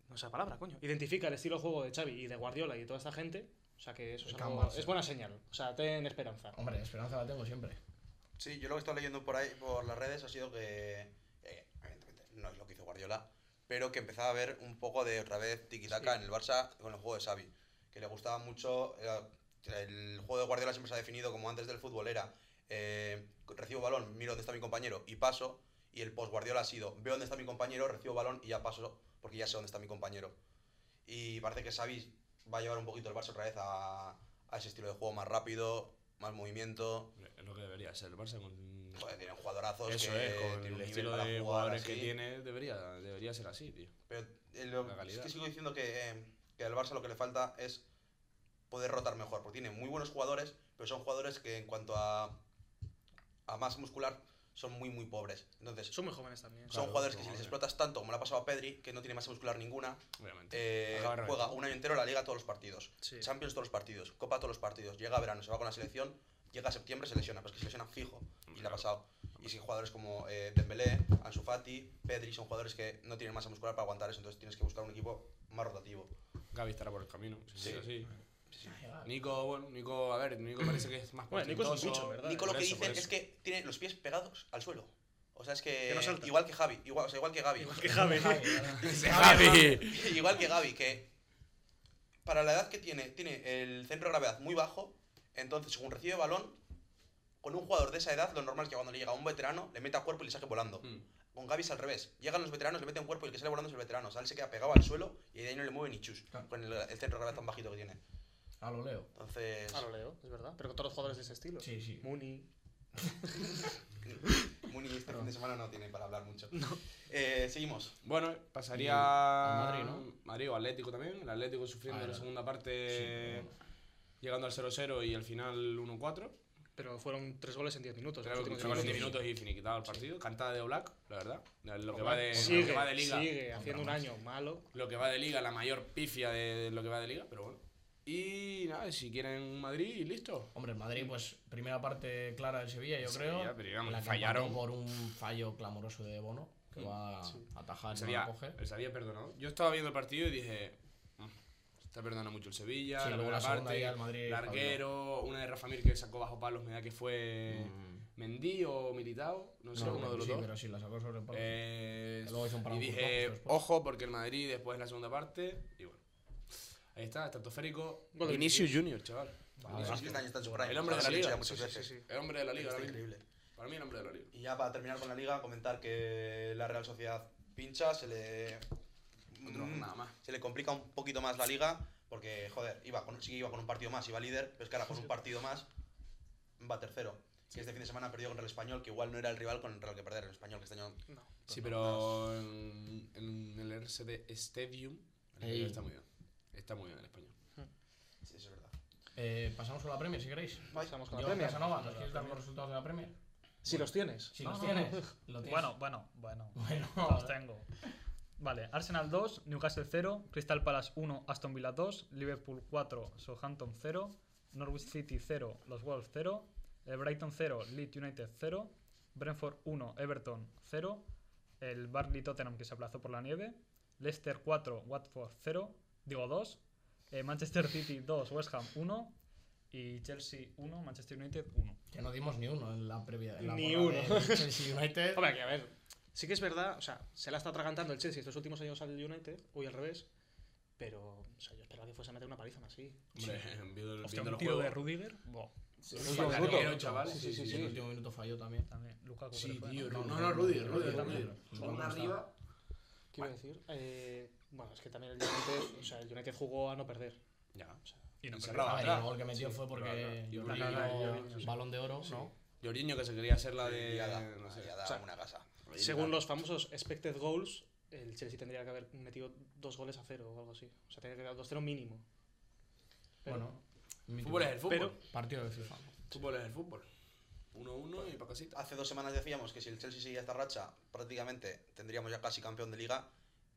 [SPEAKER 4] No sé la palabra, coño. Identifica el estilo de juego de Xavi y de Guardiola y de toda esta gente. O
[SPEAKER 2] sea que eso es,
[SPEAKER 3] El
[SPEAKER 2] algo-
[SPEAKER 3] Cambarse.
[SPEAKER 2] es buena señal. O sea, ten esperanza.
[SPEAKER 3] Hombre, esperanza la tengo siempre.
[SPEAKER 1] Sí, yo lo que he estado leyendo por ahí, por las redes, ha sido que, eh, evidentemente, no es lo que hizo Guardiola, pero que empezaba a ver un poco de otra vez tiki-taka en el Barça con el juego de Xavi, que le gustaba mucho, era- el juego de Guardiola siempre se ha definido como antes del fútbol, era eh, recibo balón, miro dónde está mi compañero y paso, y el post-Guardiola ha sido veo dónde está mi compañero, recibo balón y ya paso, porque ya sé dónde está mi compañero. Y parece que Xavi va a llevar un poquito el Barça otra vez a, a ese estilo de juego más rápido, más movimiento,
[SPEAKER 5] Es lo que debería ser el Barça con...
[SPEAKER 1] Joder, tienen jugadorazos
[SPEAKER 5] Eso
[SPEAKER 1] que
[SPEAKER 5] es, con
[SPEAKER 1] tienen un
[SPEAKER 5] el
[SPEAKER 1] nivel
[SPEAKER 5] estilo
[SPEAKER 1] para
[SPEAKER 5] de
[SPEAKER 1] jugar
[SPEAKER 5] jugadores
[SPEAKER 1] así.
[SPEAKER 5] que tiene, debería, debería ser así, tío.
[SPEAKER 1] Pero eh, lo-
[SPEAKER 5] La
[SPEAKER 1] es
[SPEAKER 5] calidad.
[SPEAKER 1] que sigo diciendo que, eh, que al Barça lo que le falta es poder rotar mejor, porque tiene muy buenos jugadores, pero son jugadores que en cuanto a, a masa muscular son muy, muy pobres. Entonces, son,
[SPEAKER 6] Son muy jóvenes también.
[SPEAKER 5] Claro,
[SPEAKER 1] jugadores que
[SPEAKER 5] como
[SPEAKER 1] si les
[SPEAKER 5] ahora.
[SPEAKER 1] explotas tanto, como le ha pasado a Pedri, que no tiene masa muscular ninguna,
[SPEAKER 5] Obviamente.
[SPEAKER 1] eh,
[SPEAKER 5] Acaba reventado.
[SPEAKER 1] juega un año entero la Liga todos los partidos,
[SPEAKER 6] Sí.
[SPEAKER 1] Champions todos los partidos, Copa todos los partidos, llega a verano, se va con la selección, llega a septiembre, se lesiona, pero es que se lesiona fijo y le ha
[SPEAKER 5] Claro.
[SPEAKER 1] pasado. Y si jugadores como eh, Dembélé, Ansu Fati, Pedri son jugadores que no tienen masa muscular para aguantar eso, entonces tienes que buscar un equipo más rotativo.
[SPEAKER 5] Gaby estará por el camino. Sí,
[SPEAKER 1] Sí.
[SPEAKER 5] sí. sí.
[SPEAKER 3] Ay,
[SPEAKER 5] Nico, bueno, Nico, a ver, Nico parece que es más
[SPEAKER 2] Bueno, Nico es un
[SPEAKER 5] portentoso.
[SPEAKER 2] bicho, ¿verdad?
[SPEAKER 1] Nico lo
[SPEAKER 5] Por
[SPEAKER 1] que
[SPEAKER 5] eso,
[SPEAKER 1] dice
[SPEAKER 5] por
[SPEAKER 1] es
[SPEAKER 5] eso. (laughs)
[SPEAKER 1] que tiene los pies pegados al suelo. O sea, es que,
[SPEAKER 6] Que no salta.
[SPEAKER 1] igual que Javi, igual, o sea, igual que Gaby.
[SPEAKER 6] Igual que Javi.
[SPEAKER 4] (laughs)
[SPEAKER 5] ¡Ese Javi!
[SPEAKER 1] (laughs) Igual que Gaby, que para la edad que tiene, tiene el centro de gravedad muy bajo, entonces según recibe balón, con un jugador de esa edad, lo normal es que cuando le llega a un veterano, le meta cuerpo y le saque volando.
[SPEAKER 5] Mm.
[SPEAKER 1] Con Gaby es al revés. Llegan los veteranos, le meten cuerpo y el que sale volando es el veterano. O sea, él se queda pegado al suelo y de ahí no le mueve ni chus,
[SPEAKER 3] Claro.
[SPEAKER 1] con el, el centro de gravedad tan bajito que tiene.
[SPEAKER 3] A Ah, lo leo.
[SPEAKER 1] Entonces,
[SPEAKER 2] Ah, lo leo, es verdad. Pero con todos los jugadores de ese estilo.
[SPEAKER 3] Sí, sí.
[SPEAKER 2] Muni.
[SPEAKER 1] Muni este fin de semana no tiene para hablar mucho. Eh, seguimos.
[SPEAKER 5] Bueno, pasaría
[SPEAKER 3] Y
[SPEAKER 5] a
[SPEAKER 3] Madrid, ¿no?
[SPEAKER 5] Madrid o Atlético también. El Atlético sufriendo
[SPEAKER 3] Ah,
[SPEAKER 5] en la
[SPEAKER 3] era.
[SPEAKER 5] segunda
[SPEAKER 3] Sí,
[SPEAKER 5] parte,
[SPEAKER 3] bueno.
[SPEAKER 5] llegando al 0-0 y al final 1-4.
[SPEAKER 2] Pero fueron tres goles en 10 minutos.
[SPEAKER 5] Claro,
[SPEAKER 2] en los
[SPEAKER 5] con
[SPEAKER 2] últimos
[SPEAKER 5] 40
[SPEAKER 2] diez
[SPEAKER 5] minutos y finiquitado el partido. Cantada de Oblak, la verdad. Lo
[SPEAKER 3] Oblak
[SPEAKER 5] que, va de, lo que va de
[SPEAKER 2] Sigue,
[SPEAKER 5] liga.
[SPEAKER 2] sigue haciendo un
[SPEAKER 3] más.
[SPEAKER 2] año malo.
[SPEAKER 5] Lo que va de liga, la mayor pifia de, de lo que va de liga, pero bueno. Y nada, si quieren Madrid y listo.
[SPEAKER 3] Hombre, el Madrid, pues primera parte clara del Sevilla, yo
[SPEAKER 5] Sevilla,
[SPEAKER 3] creo.
[SPEAKER 5] pero digamos,
[SPEAKER 3] la que
[SPEAKER 5] fallaron.
[SPEAKER 3] empató por un fallo clamoroso de Bono, que va a atajar,
[SPEAKER 5] El
[SPEAKER 3] Ah, no la
[SPEAKER 5] Sevilla,
[SPEAKER 3] coge.
[SPEAKER 5] el Sevilla perdonado. Yo estaba viendo el partido y dije. "Mm, Está perdonando mucho el Sevilla.
[SPEAKER 3] Sí,
[SPEAKER 5] la
[SPEAKER 3] luego la
[SPEAKER 5] primera
[SPEAKER 3] segunda ya el Madrid
[SPEAKER 5] Larguero, una de Rafa Mir que sacó bajo palos, me da que fue.
[SPEAKER 3] Mm.
[SPEAKER 5] Mendí o Militao, no sé,
[SPEAKER 3] No,
[SPEAKER 5] uno de los
[SPEAKER 3] sí,
[SPEAKER 5] dos.
[SPEAKER 3] pero sí, la sacó sobre el palo.
[SPEAKER 5] Eh,
[SPEAKER 3] Que luego hizo un parón
[SPEAKER 5] y
[SPEAKER 3] Courtois
[SPEAKER 5] dije,
[SPEAKER 3] justo después.
[SPEAKER 5] ojo, porque el Madrid después en la segunda parte. Y bueno, ahí está, estratosférico.
[SPEAKER 2] Gol de
[SPEAKER 5] Inicio Junior, chaval.
[SPEAKER 3] Vale.
[SPEAKER 1] Vinicius, que este año está en su prime.
[SPEAKER 5] Ah, El hombre de la
[SPEAKER 1] Se lo he dicho
[SPEAKER 5] liga.
[SPEAKER 1] ya muchas
[SPEAKER 5] Sí,
[SPEAKER 1] veces.
[SPEAKER 6] sí, sí.
[SPEAKER 5] El hombre de la liga,
[SPEAKER 1] Está
[SPEAKER 5] ahora mismo.
[SPEAKER 1] increíble.
[SPEAKER 5] Para mí, el hombre de la liga.
[SPEAKER 1] Y ya para terminar con la liga, comentar que la Real Sociedad pincha, se le. mm,
[SPEAKER 5] Otro, nada más.
[SPEAKER 1] Se le complica un poquito más la liga, porque, joder, iba con, sí que iba con un partido más, iba líder, pero es que ahora
[SPEAKER 5] (laughs)
[SPEAKER 1] con un partido más va tercero. Que este fin de semana perdió contra el español, que igual no era el rival contra el que perder, el español que este año.
[SPEAKER 6] No.
[SPEAKER 5] Sí, pero en, en el RCD Stadium el
[SPEAKER 3] Ey.
[SPEAKER 5] español está muy bien. Está muy bien el español.
[SPEAKER 1] Sí, eso es verdad.
[SPEAKER 3] Eh, pasamos a la Premier, si queréis.
[SPEAKER 2] Pasamos con la
[SPEAKER 3] Yo,
[SPEAKER 2] Premier.
[SPEAKER 3] Casanova, ¿nos quieres dar los resultados de la Premier?
[SPEAKER 2] Si los tienes.
[SPEAKER 3] Si
[SPEAKER 6] No,
[SPEAKER 3] los
[SPEAKER 6] no,
[SPEAKER 3] tienes,
[SPEAKER 6] no.
[SPEAKER 3] lo tienes.
[SPEAKER 6] Bueno, bueno, bueno.
[SPEAKER 3] Bueno.
[SPEAKER 6] Los tengo. Vale, Arsenal 2, Newcastle 0, Crystal Palace 1, Aston Villa 2, Liverpool 4, Southampton 0, Norwich City 0, los Wolves 0, el Brighton 0, Leeds United 0, Brentford 1, Everton 0, el Barley Tottenham que se aplazó por la nieve, Leicester 4, Watford 0, digo 2, eh, Manchester City 2, West Ham 1 y Chelsea 1, Manchester United 1.
[SPEAKER 3] Que no dimos ni uno en la previa. en la
[SPEAKER 2] Ni
[SPEAKER 3] porra de
[SPEAKER 2] uno.
[SPEAKER 3] Chelsea United.
[SPEAKER 2] Hombre, que a ver. Sí que es verdad, o sea, se la está atragantando el Chelsea estos últimos años al United, hoy al revés. Pero, o sea, yo esperaba que fuese a meter una paliza más así.
[SPEAKER 5] Hombre, (laughs) viendo, el-
[SPEAKER 6] Hostia,
[SPEAKER 5] viendo
[SPEAKER 6] un
[SPEAKER 5] el
[SPEAKER 6] tiro
[SPEAKER 5] juego.
[SPEAKER 6] de Rudiger.
[SPEAKER 3] Sí,
[SPEAKER 5] sí, Casemiro, chaval.
[SPEAKER 3] Sí, sí, sí. En el último minuto falló también.
[SPEAKER 6] También, Lukaku.
[SPEAKER 5] Sí,
[SPEAKER 6] creo que fue,
[SPEAKER 5] tío.
[SPEAKER 6] ¿no?
[SPEAKER 5] No, no, Rudy, Rudy,
[SPEAKER 3] Rudiger
[SPEAKER 5] Rudy.
[SPEAKER 3] también.
[SPEAKER 5] Con una arriba.
[SPEAKER 2] ¿Qué iba a decir? Eh, bueno, es que también el United, o sea, el United jugó a no perder.
[SPEAKER 5] Ya.
[SPEAKER 6] Y no
[SPEAKER 5] Y
[SPEAKER 6] perdió.
[SPEAKER 5] cerraba
[SPEAKER 3] A ver,
[SPEAKER 5] atrás.
[SPEAKER 3] el gol que metió fue porque
[SPEAKER 5] Y
[SPEAKER 3] Jorginho,
[SPEAKER 5] Jorginho, sí.
[SPEAKER 3] balón de oro, ¿no?
[SPEAKER 5] Lloriño que se quería hacer la de.
[SPEAKER 1] Liada,
[SPEAKER 5] no sé.
[SPEAKER 1] liada,
[SPEAKER 2] O sea,
[SPEAKER 1] una casa.
[SPEAKER 2] Según los famosos expected goals, el Chelsea tendría que haber metido dos goles a cero o algo así. O sea, tendría que quedar 2-0 mínimo. Pero-
[SPEAKER 3] Bueno, mítico.
[SPEAKER 5] Fútbol es el fútbol.
[SPEAKER 2] Pero-
[SPEAKER 3] partido de FIFA.
[SPEAKER 5] Fútbol es el fútbol. 1-1 y pa' casita.
[SPEAKER 1] Hace dos semanas decíamos que si el Chelsea seguía esta racha, prácticamente tendríamos ya casi campeón de liga.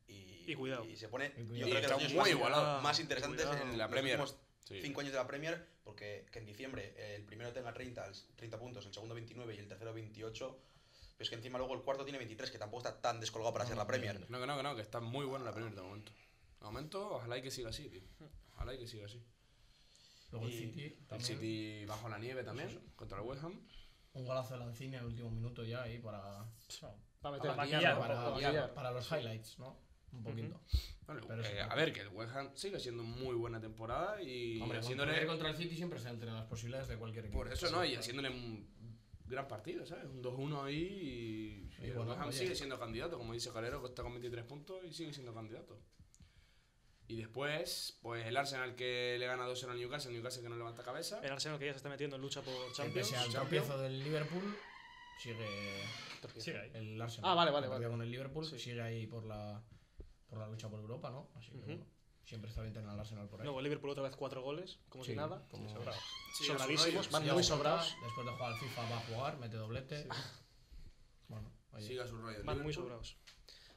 [SPEAKER 1] Y,
[SPEAKER 2] Y cuidado.
[SPEAKER 1] y se pone.
[SPEAKER 3] Y cuidado.
[SPEAKER 1] Yo
[SPEAKER 5] Y
[SPEAKER 1] creo que
[SPEAKER 5] está
[SPEAKER 1] los años
[SPEAKER 5] muy
[SPEAKER 1] más-
[SPEAKER 5] igualado.
[SPEAKER 1] más interesantes
[SPEAKER 2] Cuidado.
[SPEAKER 1] en
[SPEAKER 5] La
[SPEAKER 1] los
[SPEAKER 5] Premier.
[SPEAKER 1] últimos
[SPEAKER 5] Sí.
[SPEAKER 1] 5 años de la Premier, porque que en diciembre el primero tenga 30, el 30 puntos, el segundo 29 y el tercero 28. Pero es que encima luego el cuarto tiene 23, que tampoco está tan descolgado para
[SPEAKER 3] No,
[SPEAKER 4] Mm,
[SPEAKER 1] ser la
[SPEAKER 3] no,
[SPEAKER 1] Premier.
[SPEAKER 5] No, que no, que no, que está muy buena la Premier de momento. De momento, ojalá y que siga así, tío. Ojalá y que siga así.
[SPEAKER 3] Luego el
[SPEAKER 1] Y
[SPEAKER 3] City
[SPEAKER 5] El
[SPEAKER 3] también.
[SPEAKER 5] City bajo la nieve también, contra el West Ham.
[SPEAKER 3] Un golazo de Lanzini al último minuto ya ahí para,
[SPEAKER 2] Para
[SPEAKER 5] meter-
[SPEAKER 2] meter.
[SPEAKER 6] Para
[SPEAKER 3] maquillar,
[SPEAKER 6] maquillar,
[SPEAKER 3] ¿no?
[SPEAKER 6] para
[SPEAKER 3] para,
[SPEAKER 6] maquillar.
[SPEAKER 3] para los highlights, ¿no? Un poquito.
[SPEAKER 5] Vale,
[SPEAKER 3] Pero
[SPEAKER 5] eh,
[SPEAKER 3] sí.
[SPEAKER 5] a ver, que el West Ham sigue siendo muy buena temporada y
[SPEAKER 3] Hombre,
[SPEAKER 5] haciéndole-
[SPEAKER 3] contra, contra el City siempre se entre las posibilidades de cualquier equipo.
[SPEAKER 5] Por eso no, y haciéndole un gran partido, ¿sabes? Un 2-1 ahí y,
[SPEAKER 3] Y
[SPEAKER 5] y el
[SPEAKER 3] bueno,
[SPEAKER 5] West Ham
[SPEAKER 3] oye.
[SPEAKER 5] sigue siendo candidato, como dice Calero, que está con 23 puntos y sigue siendo candidato. Y después, pues el Arsenal que le gana 2-0 al Newcastle, el Newcastle que no levanta cabeza.
[SPEAKER 3] Eh,
[SPEAKER 4] El Arsenal que ya se está metiendo en lucha por
[SPEAKER 3] Que
[SPEAKER 4] Champions.
[SPEAKER 3] Pese al
[SPEAKER 5] Champions.
[SPEAKER 3] tropiezo del Liverpool, sigue
[SPEAKER 6] Sigue ahí.
[SPEAKER 3] el Arsenal.
[SPEAKER 2] Ah, vale, vale,
[SPEAKER 3] que perdió
[SPEAKER 2] vale.
[SPEAKER 3] Con el Liverpool sigue ahí por la, por la lucha por Europa, ¿no? Así que
[SPEAKER 4] Ujú.
[SPEAKER 3] bueno, siempre está bien tener al Arsenal por ahí.
[SPEAKER 4] Luego el Liverpool otra vez cuatro goles, como
[SPEAKER 3] Sí,
[SPEAKER 4] si nada.
[SPEAKER 3] como-
[SPEAKER 4] Sobrados.
[SPEAKER 5] Sí,
[SPEAKER 4] Sobradísimos,
[SPEAKER 5] a su rollo.
[SPEAKER 2] van
[SPEAKER 3] Sí,
[SPEAKER 2] muy
[SPEAKER 3] ya jugará,
[SPEAKER 2] sobrados.
[SPEAKER 3] Después de jugar al FIFA va a jugar, mete doblete. (laughs) Bueno, oye.
[SPEAKER 5] Sigue a su rollo.
[SPEAKER 4] Van muy
[SPEAKER 5] Liverpool.
[SPEAKER 4] sobrados.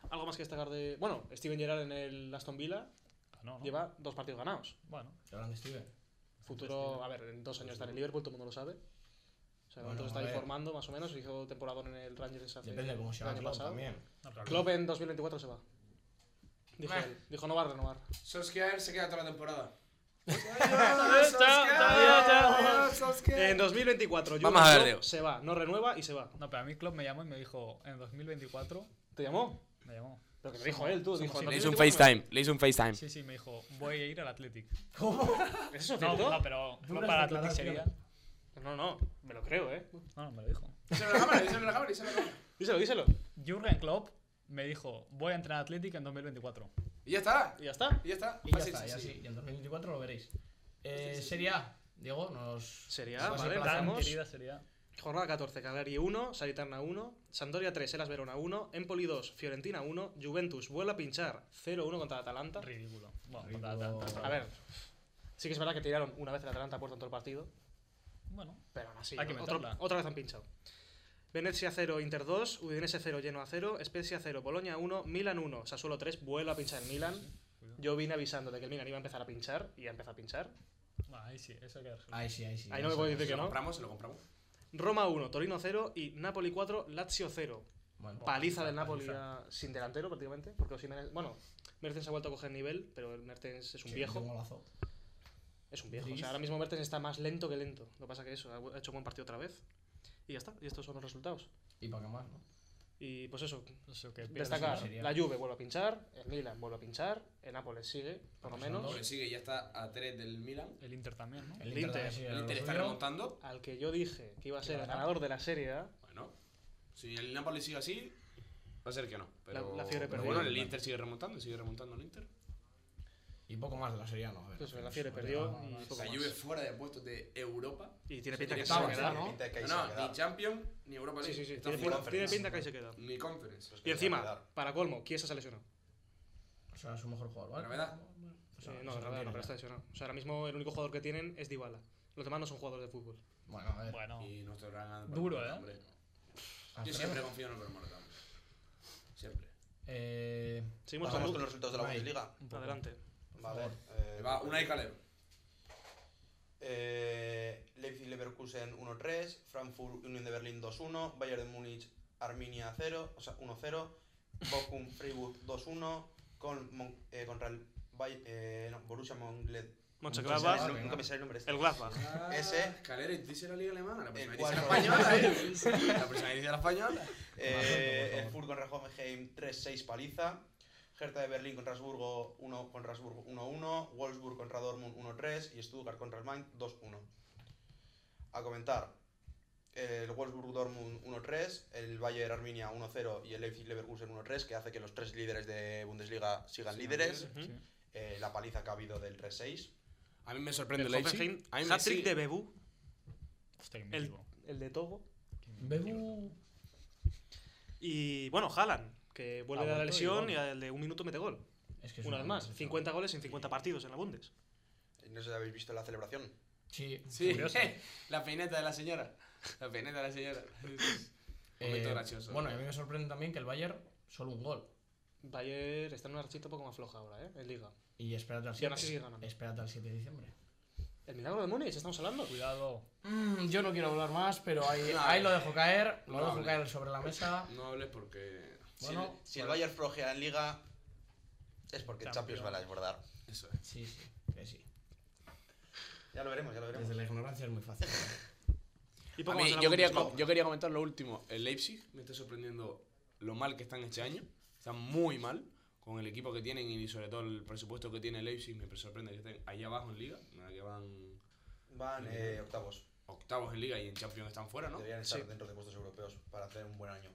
[SPEAKER 4] Algo más que destacar de. Bueno, Steven Gerrard en el Aston Villa
[SPEAKER 6] Ganó, Ah, ¿no?
[SPEAKER 4] lleva dos partidos ganados.
[SPEAKER 6] Bueno,
[SPEAKER 3] Grande ¿eh? Steven.
[SPEAKER 4] Futuro, a ver, en dos años está en el Liverpool, todo el mundo lo sabe. O sea,
[SPEAKER 3] Bueno,
[SPEAKER 4] nosotros
[SPEAKER 3] a
[SPEAKER 4] está
[SPEAKER 3] ver.
[SPEAKER 4] informando más o menos. Hizo temporadón en el Rangers hace
[SPEAKER 3] Depende de cómo se
[SPEAKER 4] el
[SPEAKER 3] va
[SPEAKER 4] año
[SPEAKER 3] Klopp
[SPEAKER 4] pasado.
[SPEAKER 3] también.
[SPEAKER 6] no, claro.
[SPEAKER 4] Klopp en 2024 se va. Dijo
[SPEAKER 5] Meh.
[SPEAKER 4] él. Dijo no va a renovar.
[SPEAKER 5] Solskjaer se queda toda la temporada.
[SPEAKER 4] Adiós, chao, chao, chao. En 2024 Jurgen
[SPEAKER 5] Vamos a ver,
[SPEAKER 4] Klopp
[SPEAKER 5] Diego.
[SPEAKER 4] se va, no renueva y se va.
[SPEAKER 6] No, pero a mí Klopp me llamó y me dijo, en 2024,
[SPEAKER 4] ¿Te llamó?
[SPEAKER 6] me llamó.
[SPEAKER 4] Lo que me dijo él, tú.
[SPEAKER 6] somos
[SPEAKER 4] Dijo,
[SPEAKER 6] iguales.
[SPEAKER 5] Le hizo un
[SPEAKER 4] 2024
[SPEAKER 5] FaceTime, le hizo un FaceTime.
[SPEAKER 6] Sí, sí, me dijo, voy a ir al Athletic.
[SPEAKER 4] me- ¿Eso es
[SPEAKER 6] No,
[SPEAKER 4] cierto?
[SPEAKER 6] no, pero Klopp
[SPEAKER 3] Duras
[SPEAKER 6] para Athletic sería.
[SPEAKER 3] declaraciones.
[SPEAKER 4] No, no, me lo creo, eh.
[SPEAKER 6] No, no, me lo dijo.
[SPEAKER 5] Díselo a la cámara, díselo a la cámara, díselo a la cámara.
[SPEAKER 4] Díselo, díselo.
[SPEAKER 6] Jurgen Klopp me dijo, voy a entrenar a Athletic en 2024.
[SPEAKER 5] Y ya está,
[SPEAKER 4] Y ya está.
[SPEAKER 5] y ya está.
[SPEAKER 3] Y ya
[SPEAKER 5] Fácil,
[SPEAKER 3] está, ya
[SPEAKER 5] sí, sí.
[SPEAKER 3] sí. Y en 2024 lo veréis. Eh, Serie A, Diego, nos.
[SPEAKER 4] Serie
[SPEAKER 3] nos
[SPEAKER 4] A,
[SPEAKER 3] vas
[SPEAKER 4] vale,
[SPEAKER 3] emplazando.
[SPEAKER 6] Tan
[SPEAKER 4] vamos.
[SPEAKER 6] querida sería.
[SPEAKER 4] Jornada 14, Cagliari 1, Saritarna 1, Sampdoria 3, Elas Verona 1, Empoli 2, Fiorentina 1, Juventus vuelve a pinchar 0-1 contra el Atalanta.
[SPEAKER 6] Ridículo. Bueno,
[SPEAKER 3] Ridículo.
[SPEAKER 6] ta- ta- ta- ta-
[SPEAKER 4] A ver, sí que es verdad que tiraron una vez el Atalanta a puerta en todo el partido,
[SPEAKER 6] Bueno,
[SPEAKER 4] pero aún así,
[SPEAKER 6] Hay que
[SPEAKER 4] otro-
[SPEAKER 6] meterla.
[SPEAKER 4] otra vez han pinchado. Venecia 0, Inter 2, Udinese 0, Genoa 0, Spezia 0, Bolonia 1, Milan 1, Sassuolo 3, vuelve a pinchar el Milan. Yo vine avisando de que el Milan iba a empezar a pinchar y ha empezado a pinchar.
[SPEAKER 6] bueno, ahí sí, eso hay que resolver.
[SPEAKER 3] Ahí sí, ahí sí.
[SPEAKER 4] Ahí no me
[SPEAKER 3] eso,
[SPEAKER 4] puedo
[SPEAKER 3] eso.
[SPEAKER 4] decir
[SPEAKER 5] Se
[SPEAKER 4] que
[SPEAKER 5] lo
[SPEAKER 4] no.
[SPEAKER 5] compramos, se lo compramos.
[SPEAKER 4] Roma 1, Torino 0 y Napoli 4, Lazio 0.
[SPEAKER 3] Bueno, pues,
[SPEAKER 4] paliza del
[SPEAKER 6] paliza.
[SPEAKER 4] Napoli a- sin delantero prácticamente, porque Osimhen, bueno, Mertens ha vuelto a coger nivel, pero el Mertens es un
[SPEAKER 3] sí,
[SPEAKER 4] viejo,
[SPEAKER 3] un golazo.
[SPEAKER 4] es un viejo, o
[SPEAKER 3] Gris.
[SPEAKER 4] sea, ahora mismo Mertens está más lento que lento, lo que pasa que eso, ha vu- ha hecho un buen partido otra vez, y ya está, y estos son los resultados.
[SPEAKER 3] Y para qué más, ¿no?
[SPEAKER 4] Y pues eso,
[SPEAKER 6] Eso que pierdes
[SPEAKER 4] destacar,
[SPEAKER 6] una-
[SPEAKER 3] sería.
[SPEAKER 4] la Juve vuelve a pinchar, el Milan vuelve a pinchar, el Nápoles sigue, por lo
[SPEAKER 3] Pasando.
[SPEAKER 4] menos,
[SPEAKER 5] Porque sigue, ya está a 3 del Milan.
[SPEAKER 6] El Inter también, ¿no?
[SPEAKER 4] El Inter.
[SPEAKER 3] también sigue
[SPEAKER 5] El
[SPEAKER 3] lo
[SPEAKER 5] Inter está
[SPEAKER 3] suyo.
[SPEAKER 5] remontando.
[SPEAKER 4] al que yo dije que iba a ser el
[SPEAKER 3] ganar.
[SPEAKER 4] ganador de la Serie A,
[SPEAKER 5] Bueno, si el Napoli sigue así, va a ser que no. Pero,
[SPEAKER 4] La- la Fiore
[SPEAKER 5] pero
[SPEAKER 4] perdió.
[SPEAKER 5] bueno, el Inter sigue remontando, sigue remontando el Inter.
[SPEAKER 3] Y poco más de la Serie A, ¿no? A ver,
[SPEAKER 4] pues
[SPEAKER 3] no
[SPEAKER 4] la
[SPEAKER 3] sé,
[SPEAKER 4] Fiore
[SPEAKER 3] no
[SPEAKER 4] perdió
[SPEAKER 3] llega-
[SPEAKER 4] y
[SPEAKER 5] O
[SPEAKER 4] poco
[SPEAKER 5] sea,
[SPEAKER 4] más.
[SPEAKER 5] Juve fuera de puestos de Europa.
[SPEAKER 4] Y tiene pinta que se va
[SPEAKER 5] Directamente,
[SPEAKER 4] a quedar,
[SPEAKER 3] ¿no?
[SPEAKER 4] ¿no?
[SPEAKER 1] Pinta de que ahí se va
[SPEAKER 5] No,
[SPEAKER 1] a
[SPEAKER 5] no,
[SPEAKER 1] quedar.
[SPEAKER 5] ni Champions ni Europa
[SPEAKER 4] Sí,
[SPEAKER 5] League.
[SPEAKER 4] sí, sí,
[SPEAKER 5] Está
[SPEAKER 4] tiene
[SPEAKER 5] fuera.
[SPEAKER 4] pinta, tiene pinta que ahí se queda.
[SPEAKER 5] Ni Conference.
[SPEAKER 1] Pues que
[SPEAKER 4] Y
[SPEAKER 1] se va a quedar.
[SPEAKER 4] encima, para colmo, Chiesa se ha lesionado.
[SPEAKER 3] O sea, es su mejor jugador, ¿vale? O
[SPEAKER 5] Gravedad.
[SPEAKER 3] sea, no
[SPEAKER 4] Eh, no,
[SPEAKER 3] se
[SPEAKER 4] de verdad,
[SPEAKER 3] refiere
[SPEAKER 4] no, pero
[SPEAKER 3] a-
[SPEAKER 4] está lesionado. O sea, ahora mismo el único jugador que tienen es Dybala. Los demás no son jugadores de fútbol.
[SPEAKER 3] Bueno, a ver.
[SPEAKER 6] Bueno,
[SPEAKER 5] Y nuestro gran
[SPEAKER 6] Duro,
[SPEAKER 5] Bermúdez,
[SPEAKER 6] ¿eh?
[SPEAKER 5] hombre.
[SPEAKER 3] Ah,
[SPEAKER 5] Yo
[SPEAKER 3] pero-
[SPEAKER 5] siempre confío en el Bermúdez, hombre. Siempre.
[SPEAKER 3] Eh,
[SPEAKER 4] Seguimos
[SPEAKER 1] Vamos
[SPEAKER 4] con
[SPEAKER 1] con los resultados de la
[SPEAKER 3] Unai.
[SPEAKER 1] Bundesliga.
[SPEAKER 4] Luke. Adelante.
[SPEAKER 1] Vale.
[SPEAKER 3] favor.
[SPEAKER 1] eh,
[SPEAKER 5] Va una y calero.
[SPEAKER 1] Eh, Leipzig Leverkusen 1-3, Frankfurt Union de Berlín 2-1, Bayern de Múnich Arminia 0, o sea, 1-0, Bochum (laughs) Freiburg 2-1, con, Mon- eh, contra el Bay- eh, no, Borussia Mönchengladbach.
[SPEAKER 4] Mönchengladbach,
[SPEAKER 1] No, Nunca me sale el nombre este.
[SPEAKER 4] el Gladbach.
[SPEAKER 1] Ese.
[SPEAKER 5] Calero, dice la Liga Alemana. La próxima
[SPEAKER 1] El
[SPEAKER 5] edición
[SPEAKER 1] cuatro.
[SPEAKER 5] española, ¿eh? La próxima edición española.
[SPEAKER 1] Eh,
[SPEAKER 3] Más
[SPEAKER 1] el
[SPEAKER 3] gente, por
[SPEAKER 1] Fur contra Hoffenheim 3-6 paliza. Hertha de Berlín contra Rasburgo 1 contra Rasburgo 1-1. Wolfsburg contra Dortmund 1-3 y Stuttgart contra el Mainz 2-1. A comentar. El Wolfsburg Dortmund 1-3, el Bayern Arminia 1-0 y el Leipzig Leverkusen 1-3, que hace que los tres líderes de Bundesliga sigan líderes.
[SPEAKER 4] líderes.
[SPEAKER 6] sí.
[SPEAKER 1] Eh, la paliza que ha habido del 3-6.
[SPEAKER 5] A mí me sorprende
[SPEAKER 4] El
[SPEAKER 5] el Leipzig.
[SPEAKER 4] Hoffenheim.
[SPEAKER 5] A mí me
[SPEAKER 4] Hat-trick
[SPEAKER 5] sí-
[SPEAKER 4] de Bebu.
[SPEAKER 6] Hostia, qué
[SPEAKER 4] El,
[SPEAKER 6] mítico.
[SPEAKER 4] el de Togo.
[SPEAKER 3] Bebu.
[SPEAKER 4] Y bueno, Haaland, que vuelve
[SPEAKER 3] Ha
[SPEAKER 4] de la
[SPEAKER 3] vuelto y
[SPEAKER 4] lesión
[SPEAKER 3] gol.
[SPEAKER 4] y al de un minuto mete gol.
[SPEAKER 3] Es que es
[SPEAKER 4] Una
[SPEAKER 3] un
[SPEAKER 4] vez más,
[SPEAKER 3] golazo,
[SPEAKER 4] 50 goles en 50 partidos en la Bundes.
[SPEAKER 1] No sé si habéis visto la celebración.
[SPEAKER 3] Sí.
[SPEAKER 5] Sí,
[SPEAKER 6] Curioso.
[SPEAKER 4] Eh.
[SPEAKER 5] la peineta de la señora. La peineta de la señora. Momento
[SPEAKER 3] Eh,
[SPEAKER 5] gracioso.
[SPEAKER 3] Bueno, y a mí me sorprende también que el Bayern solo un gol.
[SPEAKER 4] Bayern está en una rachita un poco más floja ahora, ¿eh? En Liga.
[SPEAKER 3] Y espérate al
[SPEAKER 4] Y aún
[SPEAKER 3] 7
[SPEAKER 4] así sigue ganando.
[SPEAKER 3] Espérate al 7 de diciembre.
[SPEAKER 4] El milagro de Múnich, estamos hablando.
[SPEAKER 6] Cuidado.
[SPEAKER 3] Mm, yo no quiero hablar más, pero
[SPEAKER 4] (laughs)
[SPEAKER 3] ahí,
[SPEAKER 5] No,
[SPEAKER 3] ahí lo
[SPEAKER 5] eh,
[SPEAKER 3] dejo caer. Lo
[SPEAKER 5] no
[SPEAKER 3] dejo
[SPEAKER 5] hable.
[SPEAKER 3] caer sobre la mesa.
[SPEAKER 5] no hables porque.
[SPEAKER 1] Si
[SPEAKER 3] Bueno,
[SPEAKER 1] el- si, el Bayern flojea en Liga, es porque
[SPEAKER 6] Champions.
[SPEAKER 1] Champions va a desbordar.
[SPEAKER 5] Eso es.
[SPEAKER 3] Sí, sí, que sí.
[SPEAKER 1] Ya lo veremos, ya lo veremos.
[SPEAKER 3] Desde la ignorancia es muy fácil.
[SPEAKER 4] (laughs) Y
[SPEAKER 5] A
[SPEAKER 4] poco
[SPEAKER 5] mí,
[SPEAKER 4] más
[SPEAKER 5] yo,
[SPEAKER 4] hablamos
[SPEAKER 5] quería,
[SPEAKER 4] de esto.
[SPEAKER 5] com- yo quería comentar lo último. El Leipzig me está sorprendiendo lo mal que están este año. Están muy mal con el equipo que tienen y sobre todo el presupuesto que tiene el Leipzig. Me sorprende que estén ahí abajo en liga. Nada, que van
[SPEAKER 1] Van eh, octavos.
[SPEAKER 5] octavos en liga y en Champions están fuera, ¿no?
[SPEAKER 1] Deberían estar
[SPEAKER 4] Sí.
[SPEAKER 1] dentro de puestos europeos para hacer un buen año.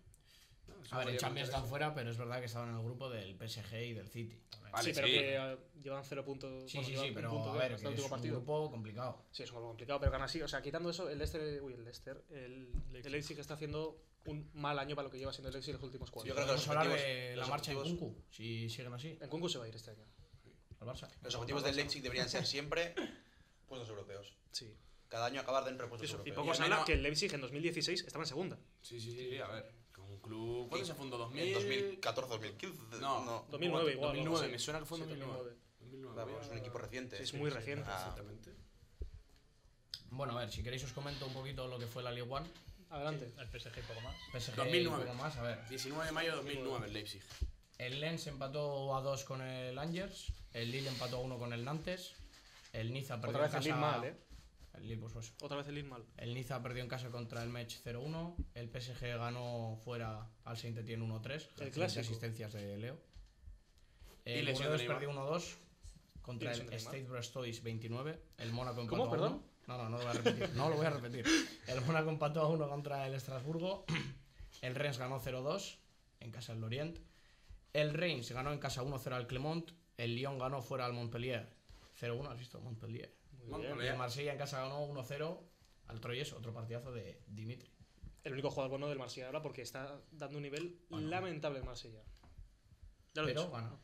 [SPEAKER 5] No, eso
[SPEAKER 3] A ver, en
[SPEAKER 5] podría
[SPEAKER 3] Champions
[SPEAKER 5] comentar
[SPEAKER 3] están fuera, pero es verdad que estaban en el grupo del PSG y del City.
[SPEAKER 5] eso. Vale,
[SPEAKER 4] sí, pero
[SPEAKER 5] sí.
[SPEAKER 4] que eh, llevan cero puntos.
[SPEAKER 3] Sí,
[SPEAKER 4] bueno,
[SPEAKER 3] sí,
[SPEAKER 4] llevan
[SPEAKER 3] sí,
[SPEAKER 4] un
[SPEAKER 3] pero
[SPEAKER 4] punto,
[SPEAKER 3] a
[SPEAKER 4] creo,
[SPEAKER 3] ver, que
[SPEAKER 4] hasta el
[SPEAKER 3] es
[SPEAKER 4] último
[SPEAKER 3] un
[SPEAKER 4] partido.
[SPEAKER 3] grupo complicado.
[SPEAKER 4] Sí, es un poco complicado, pero que aún así, o sea, quitando eso, el Leicester, uy, el Leicester, el, el Leipzig está haciendo un mal año para lo que lleva siendo el Leipzig los últimos cuatro.
[SPEAKER 1] Yo creo que los
[SPEAKER 3] Podemos hablar de
[SPEAKER 1] objetivos-
[SPEAKER 3] la
[SPEAKER 1] los
[SPEAKER 3] marcha de
[SPEAKER 1] objetivos-
[SPEAKER 3] Kunku, si siguen así,
[SPEAKER 4] En Kunku se va a ir este año.
[SPEAKER 3] al Barça.
[SPEAKER 1] Los objetivos del Leipzig deberían ser siempre (laughs) puestos europeos.
[SPEAKER 4] Sí.
[SPEAKER 1] Cada año acabar dentro de puestos
[SPEAKER 4] Eso, y
[SPEAKER 1] europeos.
[SPEAKER 4] poco
[SPEAKER 5] Y
[SPEAKER 4] se
[SPEAKER 5] al
[SPEAKER 4] habla
[SPEAKER 5] menos-
[SPEAKER 4] que el Leipzig en 2016 estaba en segunda.
[SPEAKER 5] Sí, sí, sí, a ver. Con un club. ¿Cuándo
[SPEAKER 1] Sí.
[SPEAKER 5] se fundó? ¿2000?
[SPEAKER 1] En
[SPEAKER 4] Eh,
[SPEAKER 1] 2014, 2015.
[SPEAKER 5] No,
[SPEAKER 1] no.
[SPEAKER 4] 2009 igual, algo
[SPEAKER 5] 2009,
[SPEAKER 4] así.
[SPEAKER 5] me suena que fue en
[SPEAKER 4] Sí,
[SPEAKER 5] 2009. 2009.
[SPEAKER 1] Claro, es un equipo reciente.
[SPEAKER 4] Sí, es muy reciente.
[SPEAKER 1] Ah.
[SPEAKER 5] Exactamente.
[SPEAKER 3] Bueno, a ver, si queréis os comento un poquito lo que fue la League One.
[SPEAKER 4] Adelante.
[SPEAKER 6] El PSG y poco más.
[SPEAKER 3] PSG
[SPEAKER 5] 2009.
[SPEAKER 3] y poco más, a ver.
[SPEAKER 5] 19 de mayo de 2009 en Leipzig.
[SPEAKER 3] El Lens empató a 2 con el Angers, el Lille empató a 1 con el Nantes, el Niza perdió
[SPEAKER 4] Otra vez
[SPEAKER 3] en
[SPEAKER 4] el
[SPEAKER 3] casa...
[SPEAKER 4] Lille mal, ¿eh?
[SPEAKER 3] El Lille, pues, pues.
[SPEAKER 4] Otra vez el Lille mal.
[SPEAKER 3] El Niza perdió en casa contra el Mech 0-1, el PSG ganó fuera al saint Etienne 1-3, gracias a
[SPEAKER 4] clásico.
[SPEAKER 3] asistencias de Leo.
[SPEAKER 5] Y
[SPEAKER 3] El
[SPEAKER 5] lesión de
[SPEAKER 3] Bordeaux
[SPEAKER 5] Neymar.
[SPEAKER 3] perdió 1-2
[SPEAKER 4] Y
[SPEAKER 3] contra el
[SPEAKER 4] lesión de Neymar.
[SPEAKER 3] State Brestois 29, el Mónaco empató
[SPEAKER 4] ¿Cómo,
[SPEAKER 3] a
[SPEAKER 4] perdón?
[SPEAKER 3] 1. No, no, no lo voy a repetir, no lo voy a repetir. El Mónaco empató a 1 contra el Estrasburgo, el Rennes ganó 0-2 en casa del Lorient, el Reims ganó en casa 1-0 al Clermont, el Lyon ganó fuera al Montpellier 0-1, ¿has visto? Montpellier.
[SPEAKER 4] Muy bien.
[SPEAKER 3] Y el
[SPEAKER 5] Montpellier.
[SPEAKER 3] Marsella en casa ganó 1-0 al Troyes, otro partidazo de Dimitri.
[SPEAKER 4] El único jugador bueno del Marsella ahora porque está dando un nivel lamentable el Marsella. Ya lo he
[SPEAKER 3] Pero
[SPEAKER 4] dicho.
[SPEAKER 3] ganó.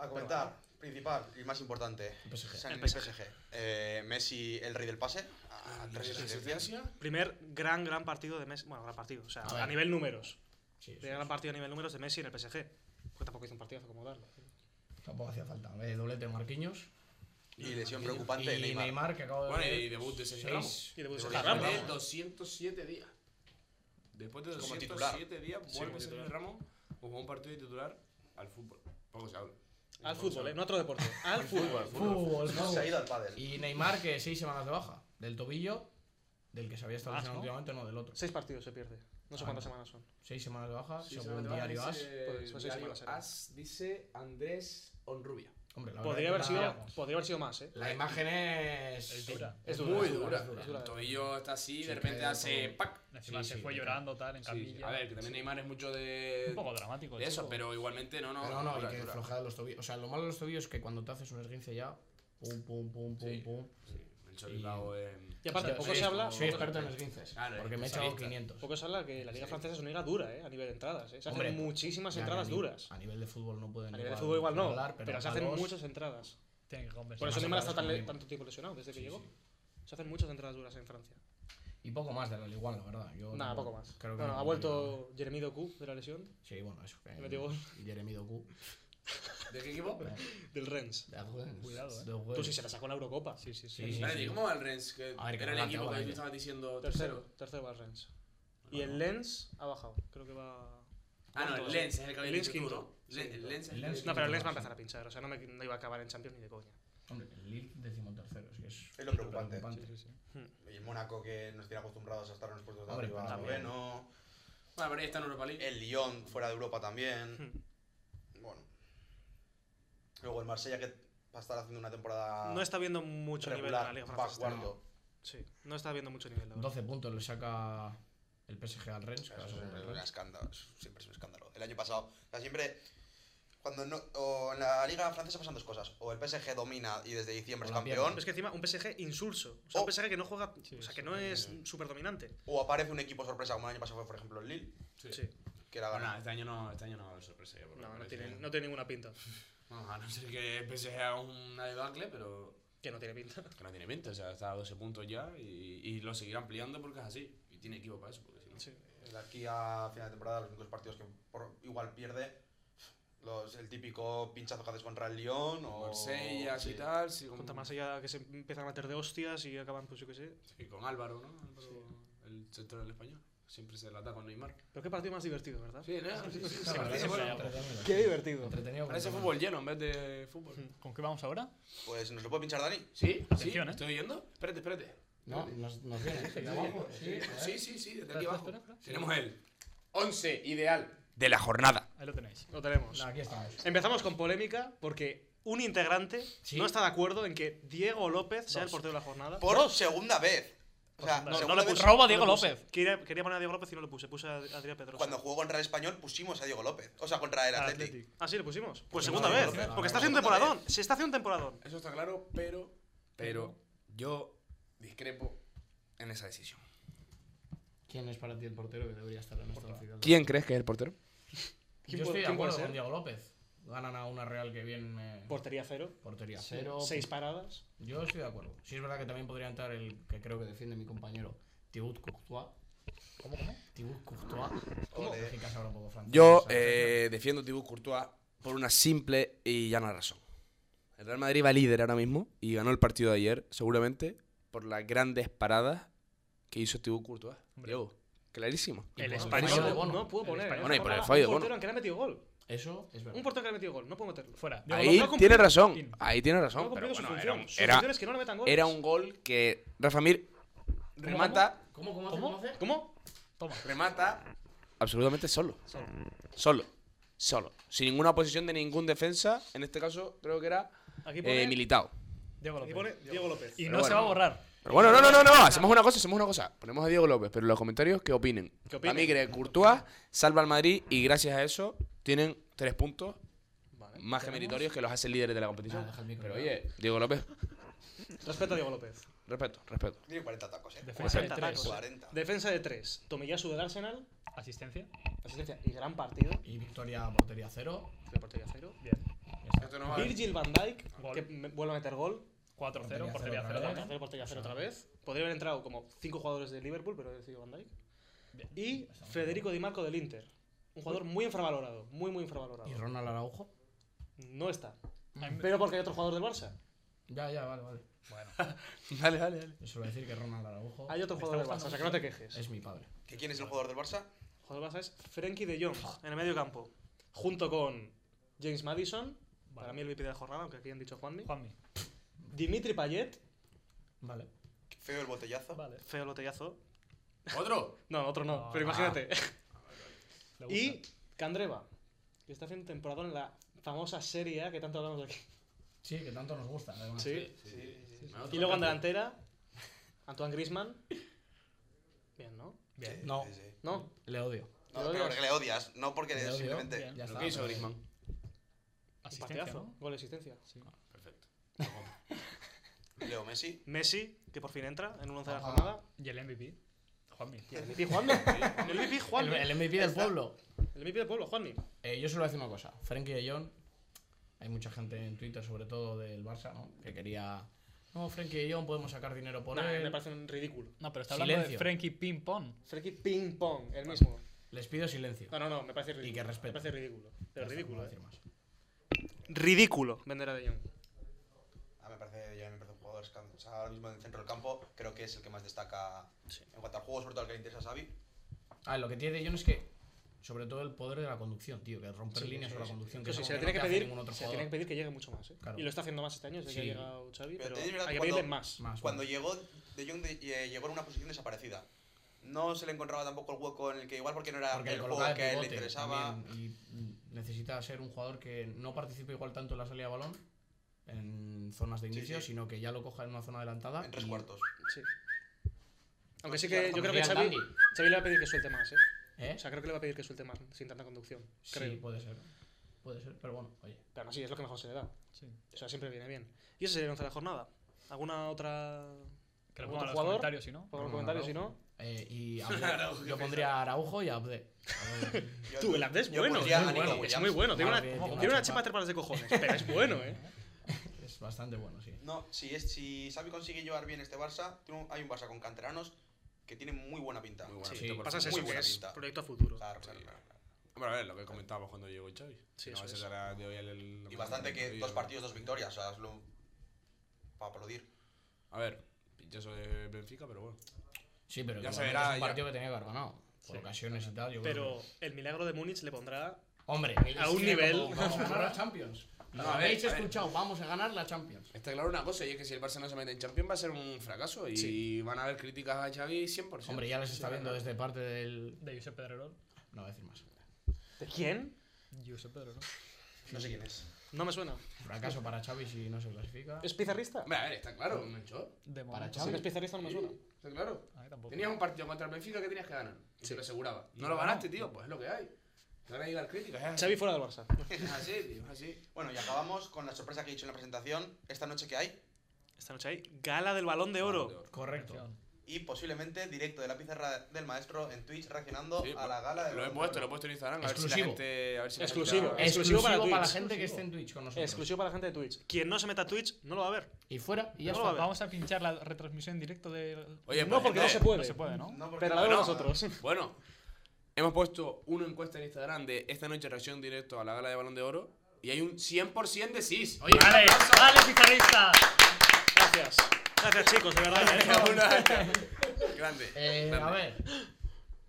[SPEAKER 1] A comentar, principal y más importante.
[SPEAKER 3] El PSG.
[SPEAKER 1] San-
[SPEAKER 4] El
[SPEAKER 1] el
[SPEAKER 4] PSG.
[SPEAKER 1] PSG. Eh, Messi, el rey del pase. A Ah,
[SPEAKER 5] Ah,
[SPEAKER 1] tres asistencias.
[SPEAKER 4] Primer gran, gran partido de Messi. Bueno, gran partido. O sea,
[SPEAKER 3] A ver.
[SPEAKER 4] a, nivel números.
[SPEAKER 3] Sí, sí,
[SPEAKER 4] Primer gran partido a nivel números de Messi en el PSG. Porque tampoco hizo un partidazo como darlo.
[SPEAKER 3] sí. Tampoco hacía falta. Eh, doblete de Marquinhos.
[SPEAKER 1] Y lesión preocupante de
[SPEAKER 3] y
[SPEAKER 1] Neymar.
[SPEAKER 3] que acabo de
[SPEAKER 5] Bueno,
[SPEAKER 3] ver,
[SPEAKER 5] y debut de Sergio
[SPEAKER 3] seis-
[SPEAKER 5] Ramos.
[SPEAKER 4] Y debut de
[SPEAKER 1] Pero
[SPEAKER 4] Sergio
[SPEAKER 1] Ramos.
[SPEAKER 4] Ramos.
[SPEAKER 5] de 207 días. Después de
[SPEAKER 1] Como
[SPEAKER 5] 207 días,
[SPEAKER 4] Sí,
[SPEAKER 5] vuelve
[SPEAKER 4] como
[SPEAKER 5] Sergio
[SPEAKER 4] titular.
[SPEAKER 5] Ramos jugó un partido de titular al fútbol. Poco se habla.
[SPEAKER 4] Al
[SPEAKER 5] Poco se
[SPEAKER 4] fútbol,
[SPEAKER 5] habla.
[SPEAKER 4] ¿eh? No a
[SPEAKER 3] (laughs)
[SPEAKER 4] otro deporte. Al fútbol.
[SPEAKER 3] Fútbol, no.
[SPEAKER 1] (laughs) Se ha ido al pádel.
[SPEAKER 3] Y Neymar que seis semanas de baja. Del tobillo, del que se había estado
[SPEAKER 6] Ah,
[SPEAKER 3] lesionando
[SPEAKER 6] ¿no?
[SPEAKER 3] últimamente, no del otro.
[SPEAKER 4] Seis partidos se pierde. No sé
[SPEAKER 3] Ah,
[SPEAKER 4] cuántas
[SPEAKER 3] no.
[SPEAKER 4] semanas son.
[SPEAKER 3] Seis semanas de baja,
[SPEAKER 5] Sí,
[SPEAKER 3] según
[SPEAKER 5] se
[SPEAKER 3] diario
[SPEAKER 5] llama,
[SPEAKER 3] As.
[SPEAKER 5] dice-
[SPEAKER 4] Pues, pues, sí,
[SPEAKER 5] diario
[SPEAKER 4] semana será.
[SPEAKER 5] As dice Andrés Onrubia.
[SPEAKER 3] Hombre, la
[SPEAKER 4] Podría
[SPEAKER 3] verdad
[SPEAKER 4] haber
[SPEAKER 3] es que Pues
[SPEAKER 4] sido,
[SPEAKER 3] la-
[SPEAKER 4] podría haber sido más, ¿eh?
[SPEAKER 3] La imagen es...
[SPEAKER 6] Es dura.
[SPEAKER 4] Es dura,
[SPEAKER 5] Muy
[SPEAKER 4] es
[SPEAKER 5] dura.
[SPEAKER 4] es
[SPEAKER 5] El tobillo está así, de
[SPEAKER 3] Sí,
[SPEAKER 5] repente
[SPEAKER 3] cae
[SPEAKER 5] hace
[SPEAKER 3] como-
[SPEAKER 5] pac.
[SPEAKER 6] Encima
[SPEAKER 3] Sí,
[SPEAKER 6] se
[SPEAKER 3] sí,
[SPEAKER 6] fue
[SPEAKER 3] me
[SPEAKER 6] llorando, tal, en
[SPEAKER 5] Sí, sí.
[SPEAKER 6] camilla.
[SPEAKER 5] A ver, que también Neymar es mucho de.
[SPEAKER 6] Un poco dramático.
[SPEAKER 5] de
[SPEAKER 6] el
[SPEAKER 5] eso,
[SPEAKER 6] chico.
[SPEAKER 5] pero igualmente no, no.
[SPEAKER 3] No, no,
[SPEAKER 5] dura,
[SPEAKER 3] hay que
[SPEAKER 5] dura.
[SPEAKER 3] aflojar los tobillos. O sea, lo malo de los tobillos es que cuando te haces un esguince ya... Pum, pum, pum, pum,
[SPEAKER 5] Sí.
[SPEAKER 3] pum.
[SPEAKER 5] Sí, el choripao es.
[SPEAKER 4] Y aparte,
[SPEAKER 3] O sea,
[SPEAKER 4] poco
[SPEAKER 3] soy-
[SPEAKER 4] se habla.
[SPEAKER 3] Soy
[SPEAKER 4] poco-
[SPEAKER 3] experto en esguinces.
[SPEAKER 5] Claro,
[SPEAKER 3] Porque
[SPEAKER 1] pues
[SPEAKER 3] me he echado
[SPEAKER 5] especialista.
[SPEAKER 3] 500.
[SPEAKER 4] Poco se habla que la liga francesa es una liga dura, ¿eh? A nivel de entradas, ¿eh? Se hacen
[SPEAKER 3] Hombre,
[SPEAKER 4] muchísimas
[SPEAKER 3] Ya,
[SPEAKER 4] entradas
[SPEAKER 3] a ni-
[SPEAKER 4] duras.
[SPEAKER 3] A nivel de fútbol no pueden.
[SPEAKER 4] A nivel de fútbol igual no,
[SPEAKER 3] hablar,
[SPEAKER 4] pero, se hacen
[SPEAKER 3] palos-
[SPEAKER 4] muchas entradas.
[SPEAKER 6] Tiene que compensar.
[SPEAKER 4] Por eso
[SPEAKER 3] más
[SPEAKER 4] Neymar
[SPEAKER 3] entradas
[SPEAKER 4] está tan le-
[SPEAKER 3] conmigo.
[SPEAKER 4] tanto tiempo lesionado desde que
[SPEAKER 3] Sí,
[SPEAKER 4] llegó.
[SPEAKER 3] sí.
[SPEAKER 4] Se hacen muchas entradas duras en Francia.
[SPEAKER 3] Y poco más de la Ligue 1, la verdad. Yo
[SPEAKER 4] Nada,
[SPEAKER 3] no-
[SPEAKER 4] poco más.
[SPEAKER 3] creo que
[SPEAKER 4] bueno,
[SPEAKER 3] no
[SPEAKER 4] ha
[SPEAKER 3] podría-
[SPEAKER 4] vuelto Jeremy Doku de la lesión
[SPEAKER 3] Sí, bueno, eso. que-
[SPEAKER 4] metió gol.
[SPEAKER 3] Jeremy Doku.
[SPEAKER 5] ¿De qué equipo?
[SPEAKER 4] del Rennes.
[SPEAKER 6] Cuidado, eh.
[SPEAKER 4] Tú sí se la sacó en la Eurocopa.
[SPEAKER 6] Sí, sí,
[SPEAKER 3] Sí,
[SPEAKER 6] sí.
[SPEAKER 3] sí.
[SPEAKER 6] Vale,
[SPEAKER 5] Vale, ¿y cómo va el Rennes? Que
[SPEAKER 3] A ver, que
[SPEAKER 5] era el
[SPEAKER 3] no la
[SPEAKER 5] equipo
[SPEAKER 3] tengo
[SPEAKER 5] que
[SPEAKER 3] ni
[SPEAKER 5] tú
[SPEAKER 3] idea.
[SPEAKER 5] estabas diciendo
[SPEAKER 4] Tercero,
[SPEAKER 5] tercero.
[SPEAKER 4] tercero va el Rennes.
[SPEAKER 3] Ah,
[SPEAKER 4] Y el Lens ha bajado. Creo que va.
[SPEAKER 5] Ah, no,
[SPEAKER 4] cuarto.
[SPEAKER 5] el Lens es el que había
[SPEAKER 4] Lens
[SPEAKER 5] dicho tú,
[SPEAKER 4] quinto.
[SPEAKER 5] ¿no? Le-
[SPEAKER 4] Sí.
[SPEAKER 5] El Lens es
[SPEAKER 3] El
[SPEAKER 5] el
[SPEAKER 3] Lens-
[SPEAKER 5] que-
[SPEAKER 4] No, pero el Lens va a
[SPEAKER 3] Sí.
[SPEAKER 4] empezar a pinchar. O sea, no, me- no iba a acabar en Champions ni de coña.
[SPEAKER 3] Hombre, el Lille decimotercero, sí que es.
[SPEAKER 1] Es lo preocupante.
[SPEAKER 6] Sí, sí, sí.
[SPEAKER 1] Y el Mónaco que nos tiene acostumbrados a estar en los puestos de
[SPEAKER 3] Hombre,
[SPEAKER 1] arriba.
[SPEAKER 3] también.
[SPEAKER 1] noveno.
[SPEAKER 5] Bueno, Ah, pero ahí está en Europa League.
[SPEAKER 1] El Lyon fuera de Europa también.
[SPEAKER 4] Hmm.
[SPEAKER 1] Bueno. Luego el Marsella que va a estar haciendo una temporada
[SPEAKER 4] No está viendo mucho nivel en la
[SPEAKER 1] regular.
[SPEAKER 4] Liga
[SPEAKER 1] va
[SPEAKER 4] Francesa. este
[SPEAKER 1] cuarto.
[SPEAKER 4] Sí, no está viendo mucho nivel. la verdad.
[SPEAKER 3] 12 puntos le saca el PSG al Rennes. que va
[SPEAKER 1] Eso
[SPEAKER 3] segundo
[SPEAKER 1] siempre es
[SPEAKER 3] el
[SPEAKER 1] un
[SPEAKER 3] Rennes.
[SPEAKER 1] escándalo, es- siempre es un escándalo. El año pasado, o sea, siempre cuando no, o en la liga francesa pasan dos cosas, o el PSG domina y desde diciembre
[SPEAKER 3] O
[SPEAKER 1] es
[SPEAKER 3] la
[SPEAKER 1] campeón,
[SPEAKER 4] Pero es que encima un PSG insulso. O sea,
[SPEAKER 1] Oh.
[SPEAKER 4] un PSG que no juega. o sea, que no es
[SPEAKER 5] sí.
[SPEAKER 4] súper dominante.
[SPEAKER 1] o aparece un equipo sorpresa como el año pasado fue por ejemplo el Lille,
[SPEAKER 4] Sí.
[SPEAKER 1] que era
[SPEAKER 5] Ah,
[SPEAKER 1] ganar.
[SPEAKER 5] no, este año no, este año no va a haber sorpresa. ya, porque
[SPEAKER 4] No, no
[SPEAKER 5] parece-
[SPEAKER 4] tiene, no tiene ninguna pinta.
[SPEAKER 5] No, este a no ser que el PSG haga una debacle, pero
[SPEAKER 4] Que no tiene pinta. (laughs)
[SPEAKER 5] que no tiene pinta. O sea, está a 12 puntos ya y, y lo seguirá ampliando porque es así. Y tiene equipo para eso, porque si no...
[SPEAKER 4] Sí.
[SPEAKER 1] De aquí a final de temporada los únicos partidos que por- igual pierde los, el típico pinchazo que haces contra el Lyon o
[SPEAKER 5] Marsella
[SPEAKER 1] sí.
[SPEAKER 5] y tal, sí, con,
[SPEAKER 4] Oh, Contra más allá que se empiezan a meter de hostias y acaban, pues yo qué sé.
[SPEAKER 5] sí, con Álvaro, ¿no? Álvaro, el sector del español. Siempre se la da con Neymar.
[SPEAKER 4] Pero qué partido más divertido, ¿verdad?
[SPEAKER 5] Sí, ¿no?
[SPEAKER 3] La verdad es que
[SPEAKER 5] bueno.
[SPEAKER 3] entretenido.
[SPEAKER 4] Qué divertido.
[SPEAKER 3] Entretenido.
[SPEAKER 5] Parece
[SPEAKER 3] con-
[SPEAKER 5] fútbol lleno en vez de fútbol.
[SPEAKER 6] ¿Con qué vamos ahora?
[SPEAKER 1] Pues nos lo puede pinchar Dani.
[SPEAKER 5] ¿Sí? ¿Sí?
[SPEAKER 6] Atención, ¿eh?
[SPEAKER 5] ¿Estoy oyendo? Espérate, espérate.
[SPEAKER 3] No, nos, nos viene. Sí, sí, sí.
[SPEAKER 5] Sí, sí, sí, desde aquí
[SPEAKER 6] Espera,
[SPEAKER 5] abajo.
[SPEAKER 6] espera, espera.
[SPEAKER 5] Tenemos el 11 ideal de la jornada.
[SPEAKER 6] Ahí lo tenéis.
[SPEAKER 4] Lo tenemos.
[SPEAKER 3] No, aquí estamos.
[SPEAKER 4] Empezamos con polémica porque un integrante
[SPEAKER 3] Sí.
[SPEAKER 4] no está de acuerdo en que Diego López sea el portero de la jornada.
[SPEAKER 1] Por segunda vez. O sea,
[SPEAKER 6] No, no
[SPEAKER 1] segunda
[SPEAKER 6] le
[SPEAKER 1] vez
[SPEAKER 6] puse. Robo a
[SPEAKER 4] No le
[SPEAKER 6] Diego
[SPEAKER 4] puse.
[SPEAKER 6] López.
[SPEAKER 4] Quería, quería poner a Diego López y no lo puse. Puse a Adrián Pedrosa.
[SPEAKER 1] cuando jugó contra el Español pusimos a Diego López. O sea, contra el
[SPEAKER 6] Al
[SPEAKER 1] Atlético.
[SPEAKER 6] Athletic.
[SPEAKER 4] Ah, sí, lo pusimos. Pues
[SPEAKER 1] Pues
[SPEAKER 4] segunda
[SPEAKER 1] no,
[SPEAKER 4] vez.
[SPEAKER 1] Diego López.
[SPEAKER 4] Porque está haciendo un
[SPEAKER 1] Segunda
[SPEAKER 4] temporadón. Se está haciendo un temporadón.
[SPEAKER 5] Eso está claro, pero. Pero yo discrepo en esa decisión.
[SPEAKER 3] ¿Quién es para ti el portero que debería estar en esta ciudad?
[SPEAKER 5] ¿Quién crees que es el portero?
[SPEAKER 4] ¿Quién
[SPEAKER 3] Yo
[SPEAKER 4] puede-
[SPEAKER 3] estoy de
[SPEAKER 4] quién puede
[SPEAKER 3] acuerdo
[SPEAKER 4] ser?
[SPEAKER 3] con Diego López. Ganan a una Real que viene. eh,
[SPEAKER 4] Portería cero.
[SPEAKER 3] portería cero.
[SPEAKER 4] Seis paradas.
[SPEAKER 3] Yo estoy de acuerdo. Sí, es verdad que también podría entrar el que creo que defiende mi compañero, Thibaut Courtois.
[SPEAKER 6] ¿Cómo, cómo?
[SPEAKER 3] Thibaut Courtois. ¿Cómo?
[SPEAKER 1] Ole.
[SPEAKER 3] que sabrá un poco francés.
[SPEAKER 5] Yo
[SPEAKER 3] ¿sabes?
[SPEAKER 5] eh, defiendo a Thibaut Courtois por una simple y llana razón. El Real Madrid va líder ahora mismo y ganó el partido de ayer, seguramente, por las grandes paradas que hizo Thibaut Courtois.
[SPEAKER 6] Hombre.
[SPEAKER 5] Diego, clarísimo.
[SPEAKER 6] El
[SPEAKER 3] Bueno,
[SPEAKER 6] español.
[SPEAKER 3] fallo de
[SPEAKER 5] Bono.
[SPEAKER 4] No puedo
[SPEAKER 6] El
[SPEAKER 4] poner.
[SPEAKER 6] español.
[SPEAKER 4] ¿eh?
[SPEAKER 5] Bueno, y por el
[SPEAKER 4] Ah,
[SPEAKER 5] fallo de
[SPEAKER 4] Un portero
[SPEAKER 5] Bono.
[SPEAKER 4] en que le ha metido gol.
[SPEAKER 3] Eso es verdad.
[SPEAKER 4] Un portero en que le ha metido gol. No puedo meterlo.
[SPEAKER 6] Fuera. Diego
[SPEAKER 5] Ahí
[SPEAKER 6] López.
[SPEAKER 5] tiene razón,
[SPEAKER 6] fin.
[SPEAKER 5] ahí tiene
[SPEAKER 4] No ha
[SPEAKER 5] razón. Pero
[SPEAKER 4] cumplido su
[SPEAKER 5] bueno, era un,
[SPEAKER 4] función. Su
[SPEAKER 5] era,
[SPEAKER 4] función es que no le metan goles.
[SPEAKER 5] era un gol que Rafa Mir remata,
[SPEAKER 3] ¿Cómo, cómo, hace, cómo hace?
[SPEAKER 4] ¿Cómo?
[SPEAKER 6] Toma.
[SPEAKER 5] remata absolutamente solo. Solo. Solo. Sin ninguna posición de ningún defensa. En este caso, creo que era
[SPEAKER 4] Aquí pone-
[SPEAKER 5] eh, Militao.
[SPEAKER 6] Diego
[SPEAKER 4] Aquí
[SPEAKER 6] López.
[SPEAKER 4] pone Diego López.
[SPEAKER 6] Y
[SPEAKER 5] Pero
[SPEAKER 6] no se
[SPEAKER 5] bueno.
[SPEAKER 6] va a borrar.
[SPEAKER 5] Pero bueno, no, no, no, no, hacemos una cosa, hacemos una cosa. Ponemos a Diego López, pero en los comentarios, ¿qué opinen?
[SPEAKER 4] ¿Qué opinen?
[SPEAKER 5] A mí que Courtois salva al Madrid y gracias a eso tienen tres puntos más que meritorios que los hace líderes de la competición.
[SPEAKER 3] Nada, deja el micro,
[SPEAKER 5] pero
[SPEAKER 3] ya.
[SPEAKER 5] oye, Diego López,
[SPEAKER 4] Respeto a Diego López.
[SPEAKER 5] respeto, respeto.
[SPEAKER 1] Tiene 40 tacos, eh.
[SPEAKER 5] Pues
[SPEAKER 6] Defensa de
[SPEAKER 4] 40
[SPEAKER 6] tres.
[SPEAKER 4] tacos.
[SPEAKER 1] 40.
[SPEAKER 4] Defensa de tres. Tomiyasu del Arsenal.
[SPEAKER 6] Asistencia.
[SPEAKER 4] Asistencia y gran partido.
[SPEAKER 3] Y victoria portería cero.
[SPEAKER 4] De portería cero.
[SPEAKER 6] Bien.
[SPEAKER 4] Virgil van Dijk,
[SPEAKER 6] Gol.
[SPEAKER 4] que me- vuelve a meter gol.
[SPEAKER 6] 4-0,
[SPEAKER 3] Portería
[SPEAKER 6] portería
[SPEAKER 3] cero otra
[SPEAKER 6] 0
[SPEAKER 3] vez.
[SPEAKER 6] también.
[SPEAKER 4] Tercero portería cero otra vez. Podría haber entrado como cinco jugadores de Liverpool, pero decidió van Dijk.
[SPEAKER 6] Bien.
[SPEAKER 4] Y Federico Di Marco del Inter. Un jugador muy infravalorado. Muy, muy infravalorado.
[SPEAKER 3] Y Ronald Araujo.
[SPEAKER 4] No está.
[SPEAKER 6] A mí-
[SPEAKER 4] Pero porque hay otro jugador del Barça.
[SPEAKER 3] Ya, ya, vale, vale.
[SPEAKER 5] (laughs) Dale, dale, dale.
[SPEAKER 3] Yo suelo decir que Ronald Araujo
[SPEAKER 4] Hay otro
[SPEAKER 6] Me está
[SPEAKER 4] jugador del Barça,
[SPEAKER 6] gustando
[SPEAKER 4] o sea que no te quejes.
[SPEAKER 3] es mi padre.
[SPEAKER 1] ¿Que ¿Quién es el jugador del Barça?
[SPEAKER 4] El jugador del Barça es Frenkie de Jong en el medio campo. Junto con James Madison, para mí el VP de la jornada, aunque aquí han dicho Juanmi.
[SPEAKER 6] Juanmi.
[SPEAKER 4] Dimitri Payet,
[SPEAKER 3] Vale.
[SPEAKER 1] Feo el botellazo.
[SPEAKER 6] Vale.
[SPEAKER 4] feo lotellazo.
[SPEAKER 5] ¿Otro?
[SPEAKER 4] No, otro no,
[SPEAKER 6] No,
[SPEAKER 4] pero
[SPEAKER 6] ah.
[SPEAKER 4] imagínate.
[SPEAKER 6] Le gusta.
[SPEAKER 4] Y Candreva, que está haciendo temporada en la famosa Serie A que tanto hablamos aquí.
[SPEAKER 3] Sí, que tanto nos gusta. además.
[SPEAKER 4] Ah, Sí. Y luego en delantera, Antoine Griezmann. Bien, ¿no?
[SPEAKER 6] Bien.
[SPEAKER 3] No,
[SPEAKER 1] Sí, sí.
[SPEAKER 4] No.
[SPEAKER 3] le odio.
[SPEAKER 1] No,
[SPEAKER 4] ¿Le
[SPEAKER 1] pero
[SPEAKER 4] odias?
[SPEAKER 1] porque le odias, no porque
[SPEAKER 3] Le odio.
[SPEAKER 1] simplemente.
[SPEAKER 6] Bien.
[SPEAKER 3] Ya
[SPEAKER 5] Lo
[SPEAKER 3] está.
[SPEAKER 5] que hizo Griezmann.
[SPEAKER 4] Un
[SPEAKER 6] Asistencia,
[SPEAKER 4] partidazo.
[SPEAKER 6] ¿no?
[SPEAKER 4] Gol de asistencia.
[SPEAKER 6] Sí.
[SPEAKER 5] Perfecto.
[SPEAKER 1] Leo Messi.
[SPEAKER 4] Messi, que por fin entra en un once de la
[SPEAKER 3] Ajá.
[SPEAKER 4] jornada.
[SPEAKER 6] Y el MVP. Juanmi.
[SPEAKER 4] Y el MVP Juanmi. (laughs) El MVP
[SPEAKER 3] El,
[SPEAKER 4] Juanmi.
[SPEAKER 3] el MVP del pueblo.
[SPEAKER 4] El MVP del pueblo, Juanmi.
[SPEAKER 3] Eh, yo solo decir una cosa. Frenkie de Jong, hay mucha gente en Twitter, sobre todo del Barça, ¿no? Que quería. No, Frenkie de Jong, podemos sacar dinero por
[SPEAKER 4] Nah,
[SPEAKER 3] él.
[SPEAKER 4] me parece un ridículo.
[SPEAKER 6] No, pero está hablando de
[SPEAKER 3] Silencio.
[SPEAKER 6] Frankie Ping Pong.
[SPEAKER 4] Frenkie Ping Pong, el mismo.
[SPEAKER 3] Les pido silencio.
[SPEAKER 4] No, no, no, me parece ridículo.
[SPEAKER 3] que respete.
[SPEAKER 4] Me parece ridículo.
[SPEAKER 3] Ya
[SPEAKER 4] Pero
[SPEAKER 3] está,
[SPEAKER 4] ridículo,
[SPEAKER 3] no voy a
[SPEAKER 4] eh.
[SPEAKER 3] decir más.
[SPEAKER 4] Ridículo vender a De Jong.
[SPEAKER 1] Ah, me parece, ya me parece un jugador escan- o sea, ahora mismo en el centro del campo. Creo que es el que más destaca en cuanto al juego, sobre todo al que le interesa a Xavi.
[SPEAKER 3] Ah, lo que tiene de Jong es que. Sobre todo el poder de la conducción, tío. Que romper líneas con la conducción.
[SPEAKER 4] Eso
[SPEAKER 3] que
[SPEAKER 4] sí,
[SPEAKER 3] es
[SPEAKER 4] se le
[SPEAKER 3] algo
[SPEAKER 4] tiene que
[SPEAKER 3] no hace
[SPEAKER 4] pedir,
[SPEAKER 3] ningún otro
[SPEAKER 4] se le tiene que
[SPEAKER 3] jugador.
[SPEAKER 4] pedir que llegue mucho más. eh.
[SPEAKER 3] Claro.
[SPEAKER 4] Y lo está haciendo más este año desde que ha
[SPEAKER 3] Sí.
[SPEAKER 4] llegado Xavi,
[SPEAKER 1] Pero
[SPEAKER 4] pero,
[SPEAKER 1] tenéis verdad
[SPEAKER 4] hay que
[SPEAKER 1] cuando-
[SPEAKER 4] pedirle más.
[SPEAKER 3] Más,
[SPEAKER 1] Cuando
[SPEAKER 3] más.
[SPEAKER 1] llegó, De Jong de- eh, llegó en una posición desaparecida. No se le encontraba tampoco el hueco en el que, igual porque no era
[SPEAKER 3] Porque
[SPEAKER 1] el
[SPEAKER 3] le
[SPEAKER 1] juego
[SPEAKER 3] colocaba
[SPEAKER 1] que a él le
[SPEAKER 3] pivote
[SPEAKER 1] interesaba.
[SPEAKER 3] también, y mm, necesita ser un jugador que no participe igual tanto en la salida de balón, en zonas de
[SPEAKER 1] Sí,
[SPEAKER 3] inicio,
[SPEAKER 1] sí.
[SPEAKER 3] sino que ya lo coja en una zona adelantada.
[SPEAKER 1] En tres
[SPEAKER 3] Ah, y-
[SPEAKER 1] cuartos.
[SPEAKER 4] Sí. Aunque sí que yo
[SPEAKER 3] Como
[SPEAKER 4] creo que
[SPEAKER 3] diría
[SPEAKER 4] Xavi,
[SPEAKER 3] Andy.
[SPEAKER 4] Xavi le va a pedir que suelte más, ¿eh?
[SPEAKER 3] ¿Eh?
[SPEAKER 4] O sea, creo que le va a pedir que suelte más sin tanta conducción.
[SPEAKER 3] sí,
[SPEAKER 4] Creo.
[SPEAKER 3] puede ser. Puede ser, pero bueno, oye.
[SPEAKER 4] Pero aún así es lo que mejor se le da. O
[SPEAKER 6] Sí.
[SPEAKER 4] sea, siempre viene bien. Y ese sería el once de la jornada. ¿Alguna otra...?
[SPEAKER 6] Que
[SPEAKER 4] ¿Algún otro
[SPEAKER 6] lo pongan en los
[SPEAKER 4] jugador?
[SPEAKER 6] comentarios, si no.
[SPEAKER 4] ¿Por algún
[SPEAKER 3] Bueno,
[SPEAKER 4] comentario? Si no...
[SPEAKER 3] Araujo. Eh,
[SPEAKER 5] (laughs)
[SPEAKER 3] y Abde- yo pondría a Araujo y a Abde. A ver, (laughs)
[SPEAKER 1] Yo-
[SPEAKER 4] Tú, el Abde es
[SPEAKER 1] yo
[SPEAKER 4] bueno,
[SPEAKER 1] pondría
[SPEAKER 4] es
[SPEAKER 1] a
[SPEAKER 4] muy
[SPEAKER 1] Nico
[SPEAKER 4] bueno, pues, es
[SPEAKER 1] Williams.
[SPEAKER 4] muy bueno. Tiene una,
[SPEAKER 3] Madre, tiene una
[SPEAKER 4] tiene una
[SPEAKER 3] chapa.
[SPEAKER 4] chapa tres pares de cojones, pero (laughs) es bueno, ¿eh?
[SPEAKER 3] es bastante bueno, sí.
[SPEAKER 1] No, si, es, si Xavi consigue llevar bien este Barça, tiene un- hay un Barça con canteranos que tiene muy buena pinta.
[SPEAKER 5] Muy buena
[SPEAKER 4] Sí,
[SPEAKER 5] pinta, por
[SPEAKER 4] pasa
[SPEAKER 5] cierto.
[SPEAKER 4] eso, pues.
[SPEAKER 1] muy
[SPEAKER 4] que
[SPEAKER 1] buena
[SPEAKER 4] es
[SPEAKER 1] pinta.
[SPEAKER 4] proyecto a futuro.
[SPEAKER 1] Claro, claro, claro.
[SPEAKER 5] Hombre, a ver, lo que comentábamos cuando llegó Xavi.
[SPEAKER 4] Sí,
[SPEAKER 5] No
[SPEAKER 4] eso
[SPEAKER 5] va a ser
[SPEAKER 4] es.
[SPEAKER 5] ahora de hoy el- el-
[SPEAKER 1] Y bastante que
[SPEAKER 5] el-
[SPEAKER 1] dos partidos, dos victorias. O sea, es lo. Para aplaudir.
[SPEAKER 5] A ver, pinchazo de Benfica, pero bueno.
[SPEAKER 3] Sí, pero
[SPEAKER 5] Ya
[SPEAKER 3] igualmente
[SPEAKER 5] se verá,
[SPEAKER 3] es un
[SPEAKER 5] ya.
[SPEAKER 3] partido que tenía que haber ganado. por ocasiones y tal. Yo creo
[SPEAKER 4] Pero el milagro de Múnich le pondrá.
[SPEAKER 3] que- hombre,
[SPEAKER 4] a un
[SPEAKER 3] sí,
[SPEAKER 4] nivel-
[SPEAKER 3] como Vamos a ganar
[SPEAKER 4] (laughs)
[SPEAKER 3] la Champions.
[SPEAKER 5] No,
[SPEAKER 3] Lo
[SPEAKER 5] a ver,
[SPEAKER 3] habéis
[SPEAKER 5] a ver.
[SPEAKER 3] escuchado, vamos a ganar la Champions.
[SPEAKER 5] Está claro una cosa, y es que si el Barça no se mete en Champions va a ser un fracaso y van a haber críticas a Xavi 100%.
[SPEAKER 3] Hombre, ya les está viendo desde parte del.
[SPEAKER 6] De Josep Pedrerol.
[SPEAKER 3] No voy a decir más.
[SPEAKER 4] ¿De quién?
[SPEAKER 6] Josep Pedrerol.
[SPEAKER 5] No sé quién es.
[SPEAKER 4] No me suena.
[SPEAKER 3] Fracaso para Xavi si no se clasifica.
[SPEAKER 4] ¿Es pizarrista?
[SPEAKER 5] Hombre, a ver, está claro, Mencho.
[SPEAKER 6] De
[SPEAKER 3] Para
[SPEAKER 6] momento.
[SPEAKER 4] Si no
[SPEAKER 3] Xavi.
[SPEAKER 4] es pizarrista, no me suena.
[SPEAKER 5] Está claro.
[SPEAKER 6] A mí tampoco.
[SPEAKER 5] Tenías un partido contra el Benfica que tenías que ganar. Y se lo aseguraba. No lo ganaste, tío, pues es lo que hay. Te van a llegar críticas. Es así.
[SPEAKER 4] Xavi fuera del Barça.
[SPEAKER 5] Es así, tío, es así.
[SPEAKER 1] Bueno, y acabamos con la sorpresa que he dicho en la presentación. Esta noche que hay.
[SPEAKER 4] Esta noche hay gala del balón de oro.
[SPEAKER 3] Correcto.
[SPEAKER 1] Y posiblemente directo de la pizarra del maestro en Twitch reaccionando
[SPEAKER 5] Sí, pues,
[SPEAKER 1] a la gala del
[SPEAKER 5] Lo he
[SPEAKER 1] balón de
[SPEAKER 5] puesto,
[SPEAKER 1] oro.
[SPEAKER 5] lo he puesto en Instagram. A
[SPEAKER 3] Exclusivo.
[SPEAKER 5] ver si la gente. A ver si la gente-
[SPEAKER 4] Exclusivo.
[SPEAKER 5] Ah,
[SPEAKER 3] Exclusivo, para,
[SPEAKER 4] para
[SPEAKER 3] la
[SPEAKER 4] Twitch.
[SPEAKER 3] gente que esté en Twitch con nosotros.
[SPEAKER 4] Exclusivo para la gente de Twitch. Quien no se meta a Twitch no lo va a ver.
[SPEAKER 3] Y fuera, y ya
[SPEAKER 4] No,
[SPEAKER 3] está.
[SPEAKER 4] a ver.
[SPEAKER 6] Vamos a pinchar la retransmisión en directo de.
[SPEAKER 5] Oye,
[SPEAKER 4] No,
[SPEAKER 5] pues,
[SPEAKER 4] porque no
[SPEAKER 5] gente,
[SPEAKER 4] se puede.
[SPEAKER 6] No se puede, ¿no?
[SPEAKER 1] No, porque
[SPEAKER 4] Pero la vemos
[SPEAKER 1] no,
[SPEAKER 4] nosotros.
[SPEAKER 5] Bueno, hemos puesto una encuesta en Instagram de esta noche reacción directo a la gala de Balón de Oro y hay un 100% de sis. Oye,
[SPEAKER 6] Vale, vale, pizarrista.
[SPEAKER 4] Gracias. Gracias, chicos, de verdad. ¿eh?
[SPEAKER 5] (laughs) Grande.
[SPEAKER 3] Eh,
[SPEAKER 5] grande.
[SPEAKER 3] a ver.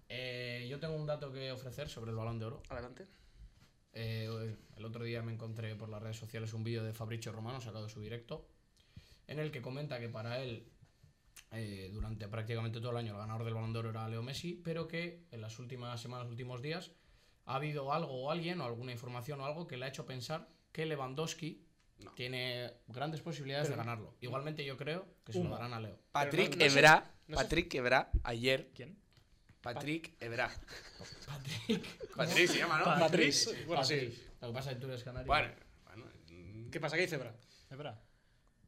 [SPEAKER 3] Eh, yo tengo un dato que ofrecer sobre el balón de oro.
[SPEAKER 4] Adelante.
[SPEAKER 3] Eh, el otro día me encontré por las redes sociales un vídeo de Fabricio Romano sacado de su directo, en el que comenta que para él, eh, durante prácticamente todo el año, el ganador del balón de oro era Leo Messi, pero que en las últimas semanas, los últimos días, ha habido algo o alguien o alguna información o algo que le ha hecho pensar que Lewandowski
[SPEAKER 5] No.
[SPEAKER 3] tiene grandes posibilidades de ganarlo. Igualmente yo creo que se lo darán a Leo.
[SPEAKER 5] Patrick
[SPEAKER 4] Pero no- no sé-
[SPEAKER 5] Evra, Patrick Evra, ayer,
[SPEAKER 6] ¿Quién?
[SPEAKER 5] Patrick Evra.
[SPEAKER 3] Patrick.
[SPEAKER 5] Patrick se llama, ¿no?
[SPEAKER 4] Matriz. Bueno, sí.
[SPEAKER 3] Patrick. Lo que pasa es que tú eres canario.
[SPEAKER 5] Bueno, bueno. mm.
[SPEAKER 4] ¿Qué pasa? ¿Qué dice Bra?
[SPEAKER 6] Es verdad.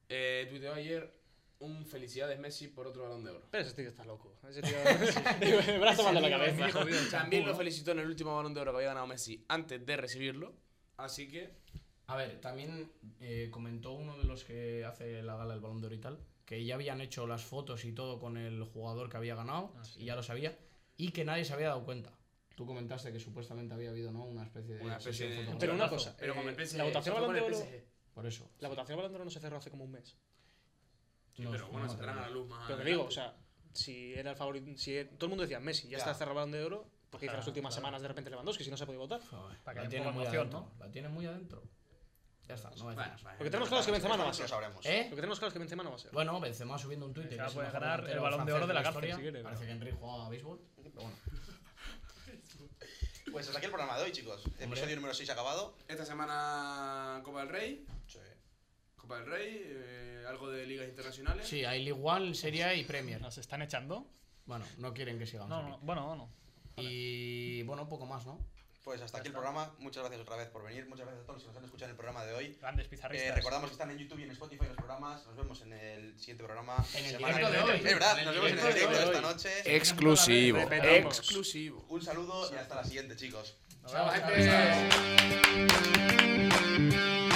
[SPEAKER 5] Eh, tuiteó ayer un felicidades Messi por otro Balón de Oro.
[SPEAKER 4] Pero ese tío está loco. Ese (laughs) tío. sí. Bra está mal de la cabeza.
[SPEAKER 5] (laughs) También lo felicitó en el último Balón de Oro que había ganado Messi antes de recibirlo. Así que,
[SPEAKER 3] A ver, también eh, comentó uno de los que hace la gala del Balón de Oro y tal, que ya habían hecho las fotos y todo con el jugador que había ganado,
[SPEAKER 5] Ah,
[SPEAKER 3] y ya lo sabía, y que nadie se había dado cuenta. Tú comentaste que supuestamente había habido, ¿no? Una especie de...
[SPEAKER 5] Una
[SPEAKER 3] sesión
[SPEAKER 5] especie de-
[SPEAKER 3] fotográfica.
[SPEAKER 4] Pero una cosa. eh,
[SPEAKER 5] pero con el PSG.
[SPEAKER 4] La votación
[SPEAKER 5] se fue
[SPEAKER 4] Balón de
[SPEAKER 5] con el
[SPEAKER 4] Oro.
[SPEAKER 5] PSG.
[SPEAKER 3] Por eso.
[SPEAKER 4] La votación Balón de Oro no se cerró hace como un mes.
[SPEAKER 5] Sí,
[SPEAKER 3] No,
[SPEAKER 5] pero bueno,
[SPEAKER 3] no,
[SPEAKER 5] se traen a
[SPEAKER 3] no.
[SPEAKER 5] la luz más.
[SPEAKER 4] Pero te
[SPEAKER 5] adelante.
[SPEAKER 4] digo, o sea, si era el favorito. Si todo el mundo decía Messi, ya,
[SPEAKER 1] Ya.
[SPEAKER 4] Ah, está cerrado el Balón de Oro, porque hizo
[SPEAKER 6] Claro,
[SPEAKER 4] las últimas
[SPEAKER 6] claro.
[SPEAKER 4] semanas de repente Lewandowski, si no se podía votar.
[SPEAKER 3] Joder,
[SPEAKER 6] Para que
[SPEAKER 3] la
[SPEAKER 6] haya
[SPEAKER 3] tiene
[SPEAKER 6] un poco
[SPEAKER 3] muy
[SPEAKER 6] de emoción,
[SPEAKER 3] adentro. La tiene muy adentro. Ya está, no va a decir
[SPEAKER 5] Bueno,
[SPEAKER 3] más.
[SPEAKER 5] bueno.
[SPEAKER 4] Porque tenemos claros que Benzema no va a
[SPEAKER 1] Eso
[SPEAKER 4] ser.
[SPEAKER 1] lo sabremos.
[SPEAKER 4] Lo
[SPEAKER 3] ¿Eh?
[SPEAKER 4] que tenemos claro es que Benzema no va a ser.
[SPEAKER 3] Bueno, Benzema subiendo un Twitter.
[SPEAKER 6] Benzema
[SPEAKER 3] que es
[SPEAKER 6] puede
[SPEAKER 3] mejor
[SPEAKER 6] ganar
[SPEAKER 3] delantero
[SPEAKER 6] el Balón de
[SPEAKER 3] francés
[SPEAKER 6] Oro de la cárcel,
[SPEAKER 3] historia.
[SPEAKER 6] si quiere,
[SPEAKER 3] Parece
[SPEAKER 6] pero-
[SPEAKER 3] que Henry jugaba a béisbol. Pero bueno.
[SPEAKER 1] Pues hasta aquí el programa de hoy, chicos. Episodio número 6 acabado.
[SPEAKER 5] Esta semana Copa del Rey. Copa del Rey, eh, algo de ligas internacionales.
[SPEAKER 3] Sí, hay League One, Serie A y Premier.
[SPEAKER 6] ¿Nos están echando?
[SPEAKER 3] Bueno, no quieren que sigamos
[SPEAKER 6] No,
[SPEAKER 3] aquí.
[SPEAKER 6] no, bueno, no.
[SPEAKER 3] Y bueno, poco más, ¿no?
[SPEAKER 1] Pues hasta aquí el programa. Muchas gracias otra vez por venir. Muchas gracias a todos los que nos han escuchado en el programa de hoy.
[SPEAKER 6] Grandes
[SPEAKER 1] Eh,
[SPEAKER 6] pizarristas.
[SPEAKER 1] recordamos que están en YouTube y en Spotify los programas. Nos vemos en el siguiente programa.
[SPEAKER 3] En el
[SPEAKER 1] Semana
[SPEAKER 3] directo
[SPEAKER 1] que
[SPEAKER 3] de
[SPEAKER 1] viene.
[SPEAKER 3] hoy.
[SPEAKER 1] Es verdad,
[SPEAKER 3] En el
[SPEAKER 1] nos vemos en el
[SPEAKER 3] directo
[SPEAKER 1] directo ¿eh?
[SPEAKER 4] de
[SPEAKER 1] de esta
[SPEAKER 4] hoy.
[SPEAKER 1] noche.
[SPEAKER 5] Exclusivo.
[SPEAKER 4] Repetimos.
[SPEAKER 5] Exclusivo.
[SPEAKER 1] Un saludo y hasta la siguiente, chicos.
[SPEAKER 6] Nos vemos.
[SPEAKER 5] gente.